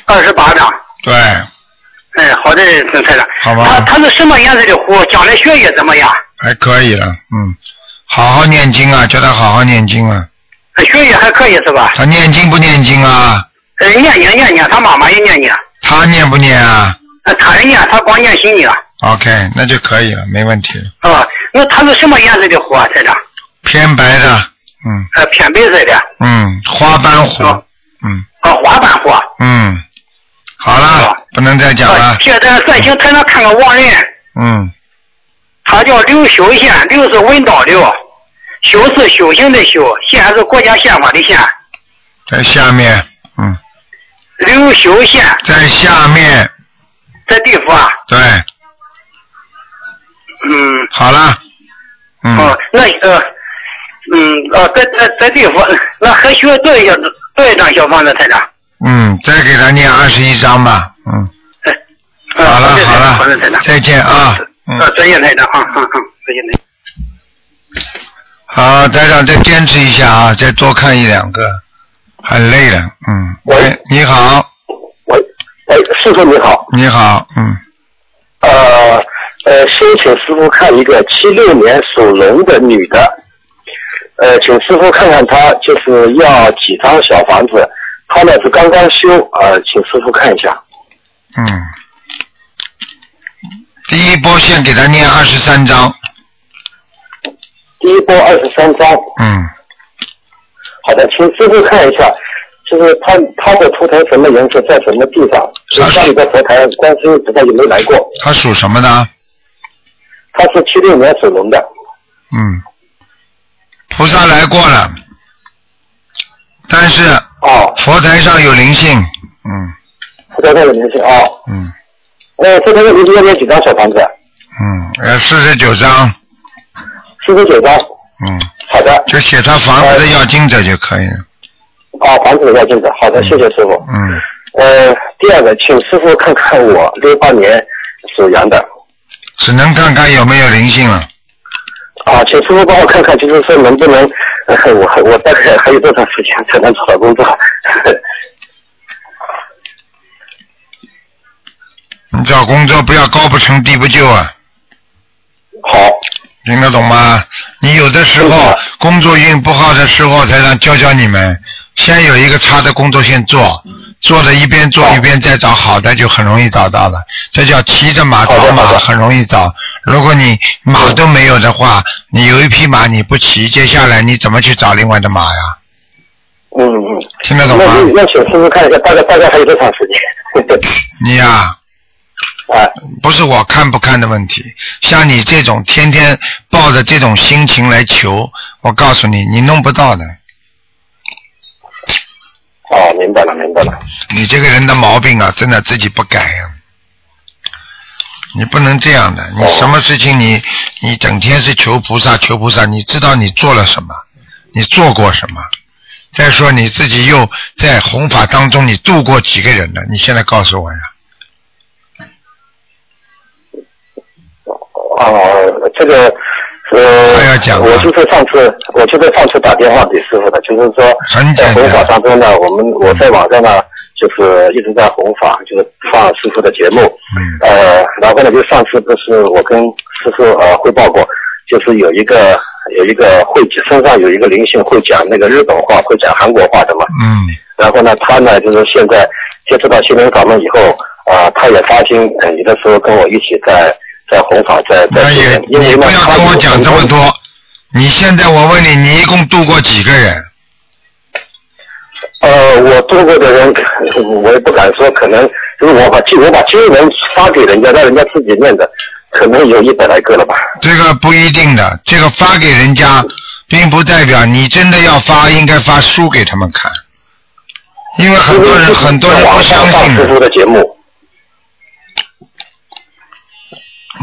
二十八张。
对，
哎，好的，陈台长。
好吧
他他是什么颜色的虎？将来学业怎么样？
还可以了，嗯，好好念经啊，叫他好好念经啊，
学呃业还可以是吧？
他念经不念经啊？
呃，念念念念，他妈妈也念念，
他念不念啊
呃他也念，他光念心念。
？OK，那就可以了，没问题了。
啊，那他是什么颜色的虎啊，台长？
偏白的，嗯
呃，偏白色的，
嗯，花斑虎，
哦
嗯
啊，花瓣虎。
嗯，好了
哦，
不能再讲了
哎
啊，，现在再请台长看看亡人，
嗯，
他叫刘修宪，刘是文道刘，修是修行的修，宪是国家宪法的宪，
在下面，嗯，
刘修宪
在下面，
这地府啊，
对，
嗯，
好了，嗯，
哦，那呃，嗯，哦，在在在地府，那还需要多一张多一张小房子，台长。
嗯，再给他念二十一章吧，嗯，
嗯
呃
好了
谢谢
好了
好的，台长。
再见啊，嗯，
呃，再见，台长，嗯嗯嗯，再见，台长。
好，台长再坚持一下啊，再多看一两个，很累了，嗯，
喂
喂，你好，
喂，哎，师傅你好，
你好，嗯，
呃呃，先请师傅看一个七六年属龙的女的，呃，请师傅看看她就是要几张小房子，她呢是刚刚修啊、呃请师傅看一下。
嗯，第一波先给他念二十三章，
第一波二十三张，
嗯，
好的，请师傅看一下，就是她她的图腾什么颜色，在什么地方？就
她是
家里的佛台，观世音菩萨有没有来过？
他属什么呢？
她是七六年属龙的，
嗯，菩萨来过了，但是
哦，
佛台上有灵性，嗯
菩萨在有灵性哦。
嗯
呃，这个问题要念几张小房子？啊
嗯，呃，四十九章，
四十九张。
嗯，
好的，
就写他房子的要经者就可以了，
啊，房子的要镜子，好的，谢谢师傅。
嗯，
呃，第二个，请师傅看看我六八年属羊的，
只能看看有没有灵性了。
啊，请师傅帮我看看，就是说能不能，呃、我还我大概还有多长时间才能找到工作？
你找工作不要高不成低不就啊，
好，
听得懂吗？你有的时
是
候
的
工作运不好的时候，才让教教你们，先有一个差的工作先做，做了一边做
好
一边再找好的，就很容易找到了。这叫骑着马
好的
找马
好，的
很容易找。如果你马都没有的话，你有一匹马你不骑，接下来你怎么去找另外的马呀？
嗯嗯，
听得
那
懂
那
吗？
那请师傅看一下，大概大概还有多长时间？
你呀、
啊，
不是我看不看的问题，像你这种天天抱着这种心情来求，我告诉你，你弄不到的。
哦，明白了，明白了。
你这个人的毛病啊，真的自己不改呀、你不能这样的，你
哦
什么事情你你整天是求菩萨求菩萨，你知道你做了什么，你做过什么？再说你自己又在弘法当中你度过几个人了？你现在告诉我呀，
哦，这个呃，
还要讲吗
我就是上次，我就是上次打电话给师傅的，就是说
很简单
在弘法当中呢，我们我在网上呢，就是一直在弘法，就是放师傅的节目，
嗯
呃，然后呢，就上次不是我跟师傅呃汇报过，就是有一个有一个会身上有一个灵性会讲那个日本话，会讲韩国话的嘛，
嗯
然后呢，他呢就是现在接触到新闻访问以后，啊、他也发心，呃有的时候跟我一起在在弘法，在在
那
修
也
炼因
你
为
不
呢，
要
他
跟我
有
讲
很
这么多，你现在我问你，你一共度过几个人？
呃，我度过的人，我也不敢说，可能就是我把经我把经文发给人家，让人家自己念的，可能有一百来个了吧。
这个不一定的，这个发给人家，并不代表你真的要发，应该发书给他们看，因为很多人很多人不相信
师傅的节目，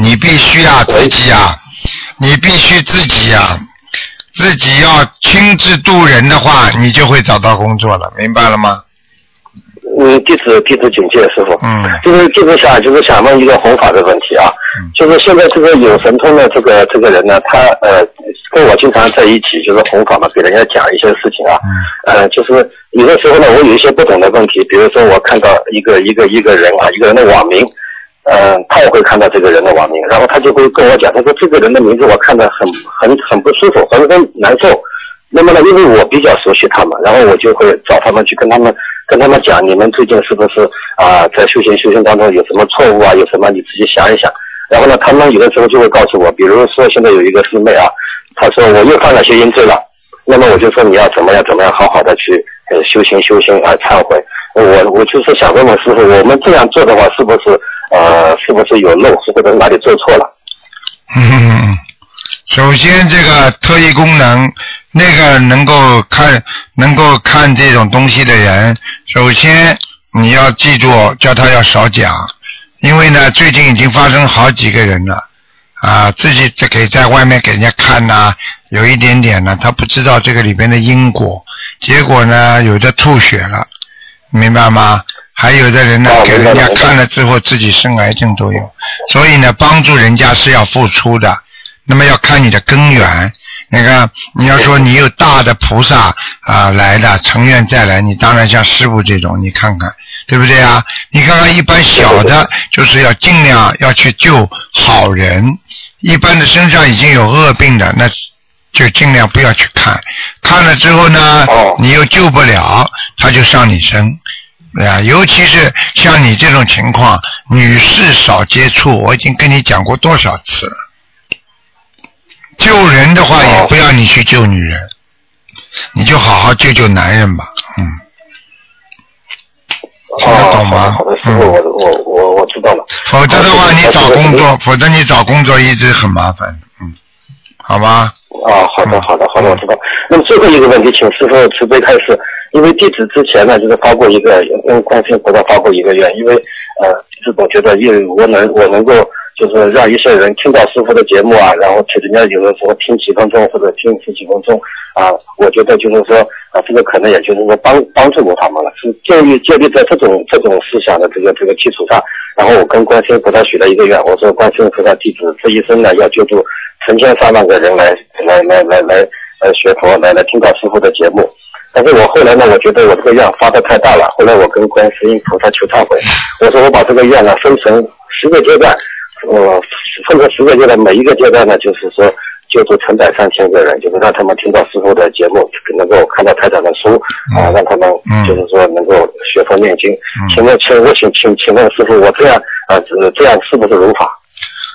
你必须啊，自己啊，你必须自己啊，自己要亲自度人的话，你就会找到工作了，明白了吗？
嗯，弟子弟子警戒师傅。
嗯，
就是弟子想就是想问一个弘法的问题啊，就是现在这个有神通的这个这个人呢，他呃跟我经常在一起，就是弘法嘛，给人家讲一些事情啊。呃，就是有的时候呢，我有一些不懂的问题，比如说我看到一个一个一个人啊，一个人的网名，呃，他也会看到这个人的网名，然后他就会跟我讲，他说这个人的名字我看着很很很不舒服，很很难受。那么呢，因为我比较熟悉他们，然后我就会找他们去跟他们跟他们讲，你们最近是不是啊、在修行修行当中有什么错误啊，有什么你自己想一想。然后呢，他们有的时候就会告诉我，比如说现在有一个师妹啊，她说我又犯了邪淫罪了，那么我就说你要怎么样怎么样，好好的去呃修行修行啊，忏悔。我我就是想问问师傅，我们这样做的话，是不是呃是不是有漏，是不是哪里做错了？
嗯， 首先这个特异功能，那个能够看能够看这种东西的人，首先你要记住，叫他要少讲，因为呢，最近已经发生好几个人了，啊，自己在给在外面给人家看呐、有一点点呢，他不知道这个里边的因果，结果呢，有的吐血了，明白吗？还有的人呢，给人家看了之后自己生癌症都有，所以呢，帮助人家是要付出的，那么要看你的根源。你看，你要说你有大的菩萨啊、来的成愿再来，你当然像师傅这种，你看看对不对啊？你看看一般小的，就是要尽量要去救好人，一般的身上已经有恶病的，那就尽量不要去看，看了之后呢，你又救不了，他就上你身。对啊，尤其是像你这种情况，女士少接触，我已经跟你讲过多少次了。救人的话，也不要你去救女人，你就好好救救男人吧。嗯，听得懂吗？
啊
嗯
好的，师傅，我我我我知道了。
否则的话，
好
你
的
找工作，否则你找工作一直很麻烦。嗯，好吧。
啊，好的，好的，好的，我知道。那么最后一个问题，请师傅慈悲开示。因为弟子之前呢，就是发过一个跟观世音菩萨发过一个愿，因为呃，就是总觉得因为我能我能够就是让一些人听到师傅的节目啊，然后去人家有的时候听几分钟或者听十几分钟啊，我觉得就是说啊，这个可能也就是说帮帮助过他们了，是建立建立在这种这种思想的这个这个基础上，然后我跟观世音菩萨许了一个愿，我说观世音菩萨弟子这一生呢要救助成千上万个人来来来来来来学佛，来来听到师傅的节目。但是我后来呢，我觉得我这个愿发的太大了，后来我跟观世音菩萨求忏悔，我说我把这个愿呢分成十个阶段，呃，分成十个阶段，每一个阶段呢，就是说救助成百上千个人，就是让他们听到师傅的节目，能够看到台长的书啊、让他们就是说能够学佛念经。请问，请我请请请问师傅，我这样啊、呃，这样是不是如法？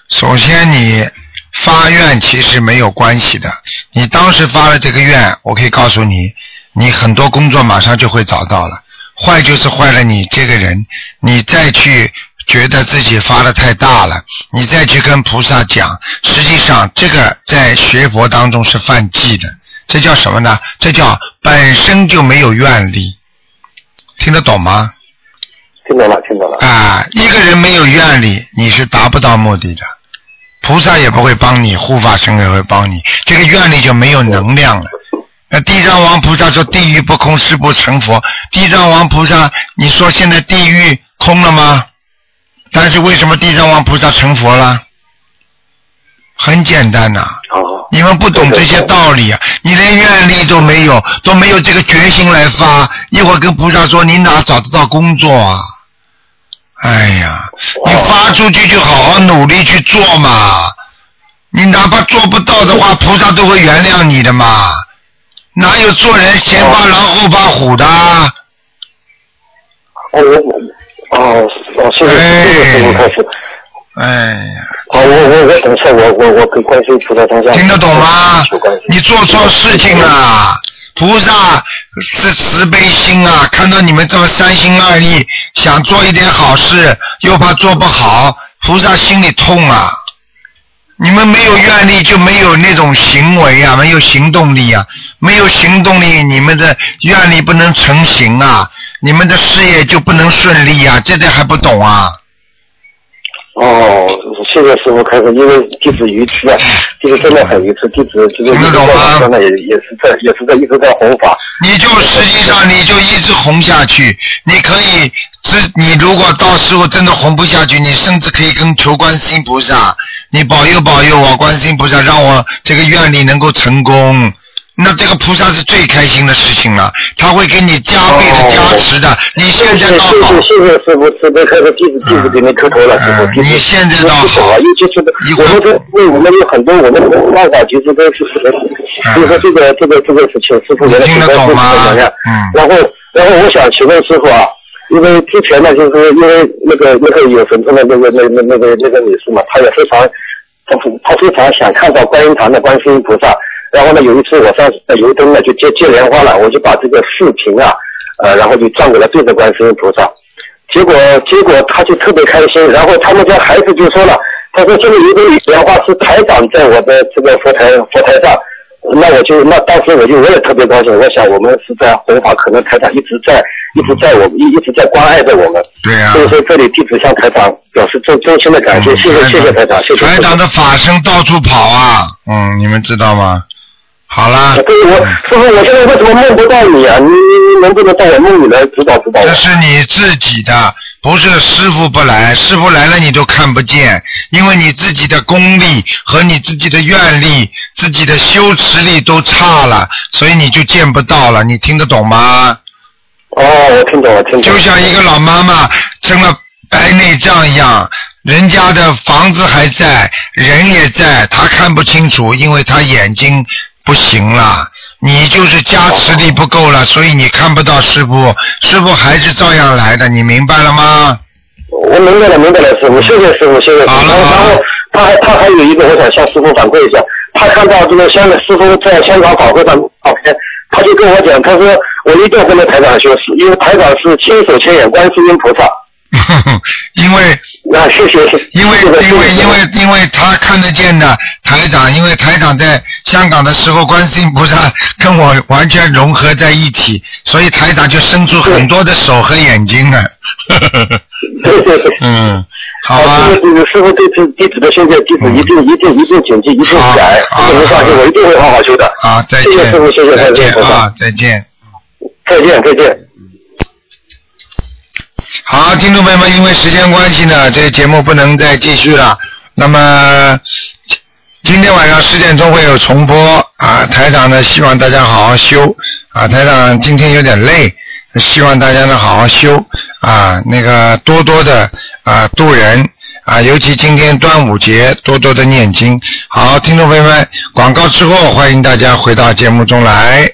首先你发愿其实没有关系的，你当时发了这个愿，我可以告诉你，你很多工作马上就会找到了。坏就是坏了你这个人，你再去觉得自己发的太大了，你再去跟菩萨讲，实际上这个在学佛当中是犯忌的，这叫什么呢？这叫本身就没有愿力，听得懂吗？
听懂了，听懂了。
啊，一个人没有愿力，你是达不到目的的，菩萨也不会帮你，护法神也会帮你，这个愿力就没有能量了。那地藏王菩萨说：“地狱不空，誓不成佛。”地藏王菩萨，你说现在地狱空了吗？但是为什么地藏王菩萨成佛了？很简单呐、
啊
你们不懂这些道理啊！你连愿力都没有，都没有这个决心来发，一会儿跟菩萨说你哪找得到工作啊？哎呀，你发出去就好好努力去做嘛。你哪怕做不到的话，菩萨都会原谅你的嘛。哪有做人先发狼后发虎的啊？
哦，我我哦哦，谢谢谢谢师傅开始。
哎呀，
好，我我我等一下，我我我给观世音菩萨方向。
听得懂吗
求观世音
你做错事情了，菩萨是慈悲心啊，看到你们这么三心二意，想做一点好事，又怕做不好，菩萨心里痛啊。你们没有愿力，就没有那种行为啊，没有行动力啊，没有行动力，你们的愿力不能成型啊，你们的事业就不能顺利啊，这点还不懂啊？
哦，谢谢师傅开始，因为弟子愚痴啊，弟子真的很愚痴，弟子就是
听得懂吗
一直在网上呢也也是在也是在一直在弘法，
你就实际上你就一直红下去，你可以这你如果到时候真的红不下去，你甚至可以跟求观世音菩萨，你保佑保佑我观世音菩萨，让我这个愿力能够成功。那这个菩萨是最开心的事情了，他会给你加倍的加持的。你现在
哦谢
到好，
谢谢谢师傅慈悲开始，弟子弟子给您磕头了，师
嗯
傅。弟子
你现在
我
倒
不懂啊，
好
尤其
一
是
会
我
儿
们这，因为我们有很多我们的办法，其实都是不能所以说这个这个这个事情，师傅
你
原来
听得懂吗
是怎么样？？
嗯，
然后，然后我想请问师傅啊，因为之前呢，就是因为那个那个有神通的那个那那那个那个女士嘛，她也非常，她她非常想看到观音堂的观世音菩萨。然后呢，有一次我上呃油灯呢就接接莲花了，我就把这个视频啊，呃，然后就转给了对着观世音菩萨。结果结果她就特别开心，然后他们家孩子就说了，他说这个油灯莲花是台长在我的这个佛台佛台上。那我就那当时我就我也特别高兴，我想我们是在弘法，可能台长一直在一直在我们一一直在关爱着我们，
对啊呀、
所以说这里弟子向台长表示真真心的感谢，谢谢谢谢台长，谢
嗯
谢
台长的法身到处跑啊，嗯，你们知道吗？好啦，
对我
嗯
师傅，我现在为什么梦不到你啊？你你能不能到我梦里来指导指导我
这？是你自己的，不是师傅不来，师傅来了你都看不见，因为你自己的功力和你自己的愿力、自己的修持力都差了，所以你就见不到了。你听得懂吗？
哦，我听懂了，听懂
就
了。
像一个老妈妈生了白内障一样，人家的房子还在，人也在，她看不清楚，因为她眼睛不行了。你就是加持力不够了，所以你看不到师傅，师傅还是照样来的，你明白了吗？
我明白了，明白了，师傅，谢谢师傅，谢谢师傅。
好了
然后，
好了
然后他还他还有一个，我想向师傅反馈一下，他看到这个香港师傅在香港法会上照片，他就跟我讲，他说我一定要跟着台长学，因为台长是亲手牵引观世音菩萨。
因为
那谢谢，谢谢
因为
谢谢
因为
谢谢
因为因为他看得见的台长，因为台长在香港的时候，观世音菩萨跟我完全融合在一起，所以台长就伸出很多的手和眼睛呢。
对对对。
嗯，好吧
啊，，这个师傅对弟弟子的训诫，弟子一定一定一定谨记，一定改，
好
这个没放心，我一定会好好修的。
好，再
谢谢
见
师傅，谢，谢
再
台
见
长，
啊，再见。
再见再见。
好，听众朋友们，因为时间关系呢，这个节目不能再继续了。那么今天晚上十点钟会有重播啊。台长呢，希望大家好好修啊。台长今天有点累，希望大家呢好好修啊。那个多多的啊度人啊，尤其今天端午节，多多的念经。好，听众朋友们，广告之后欢迎大家回到节目中来。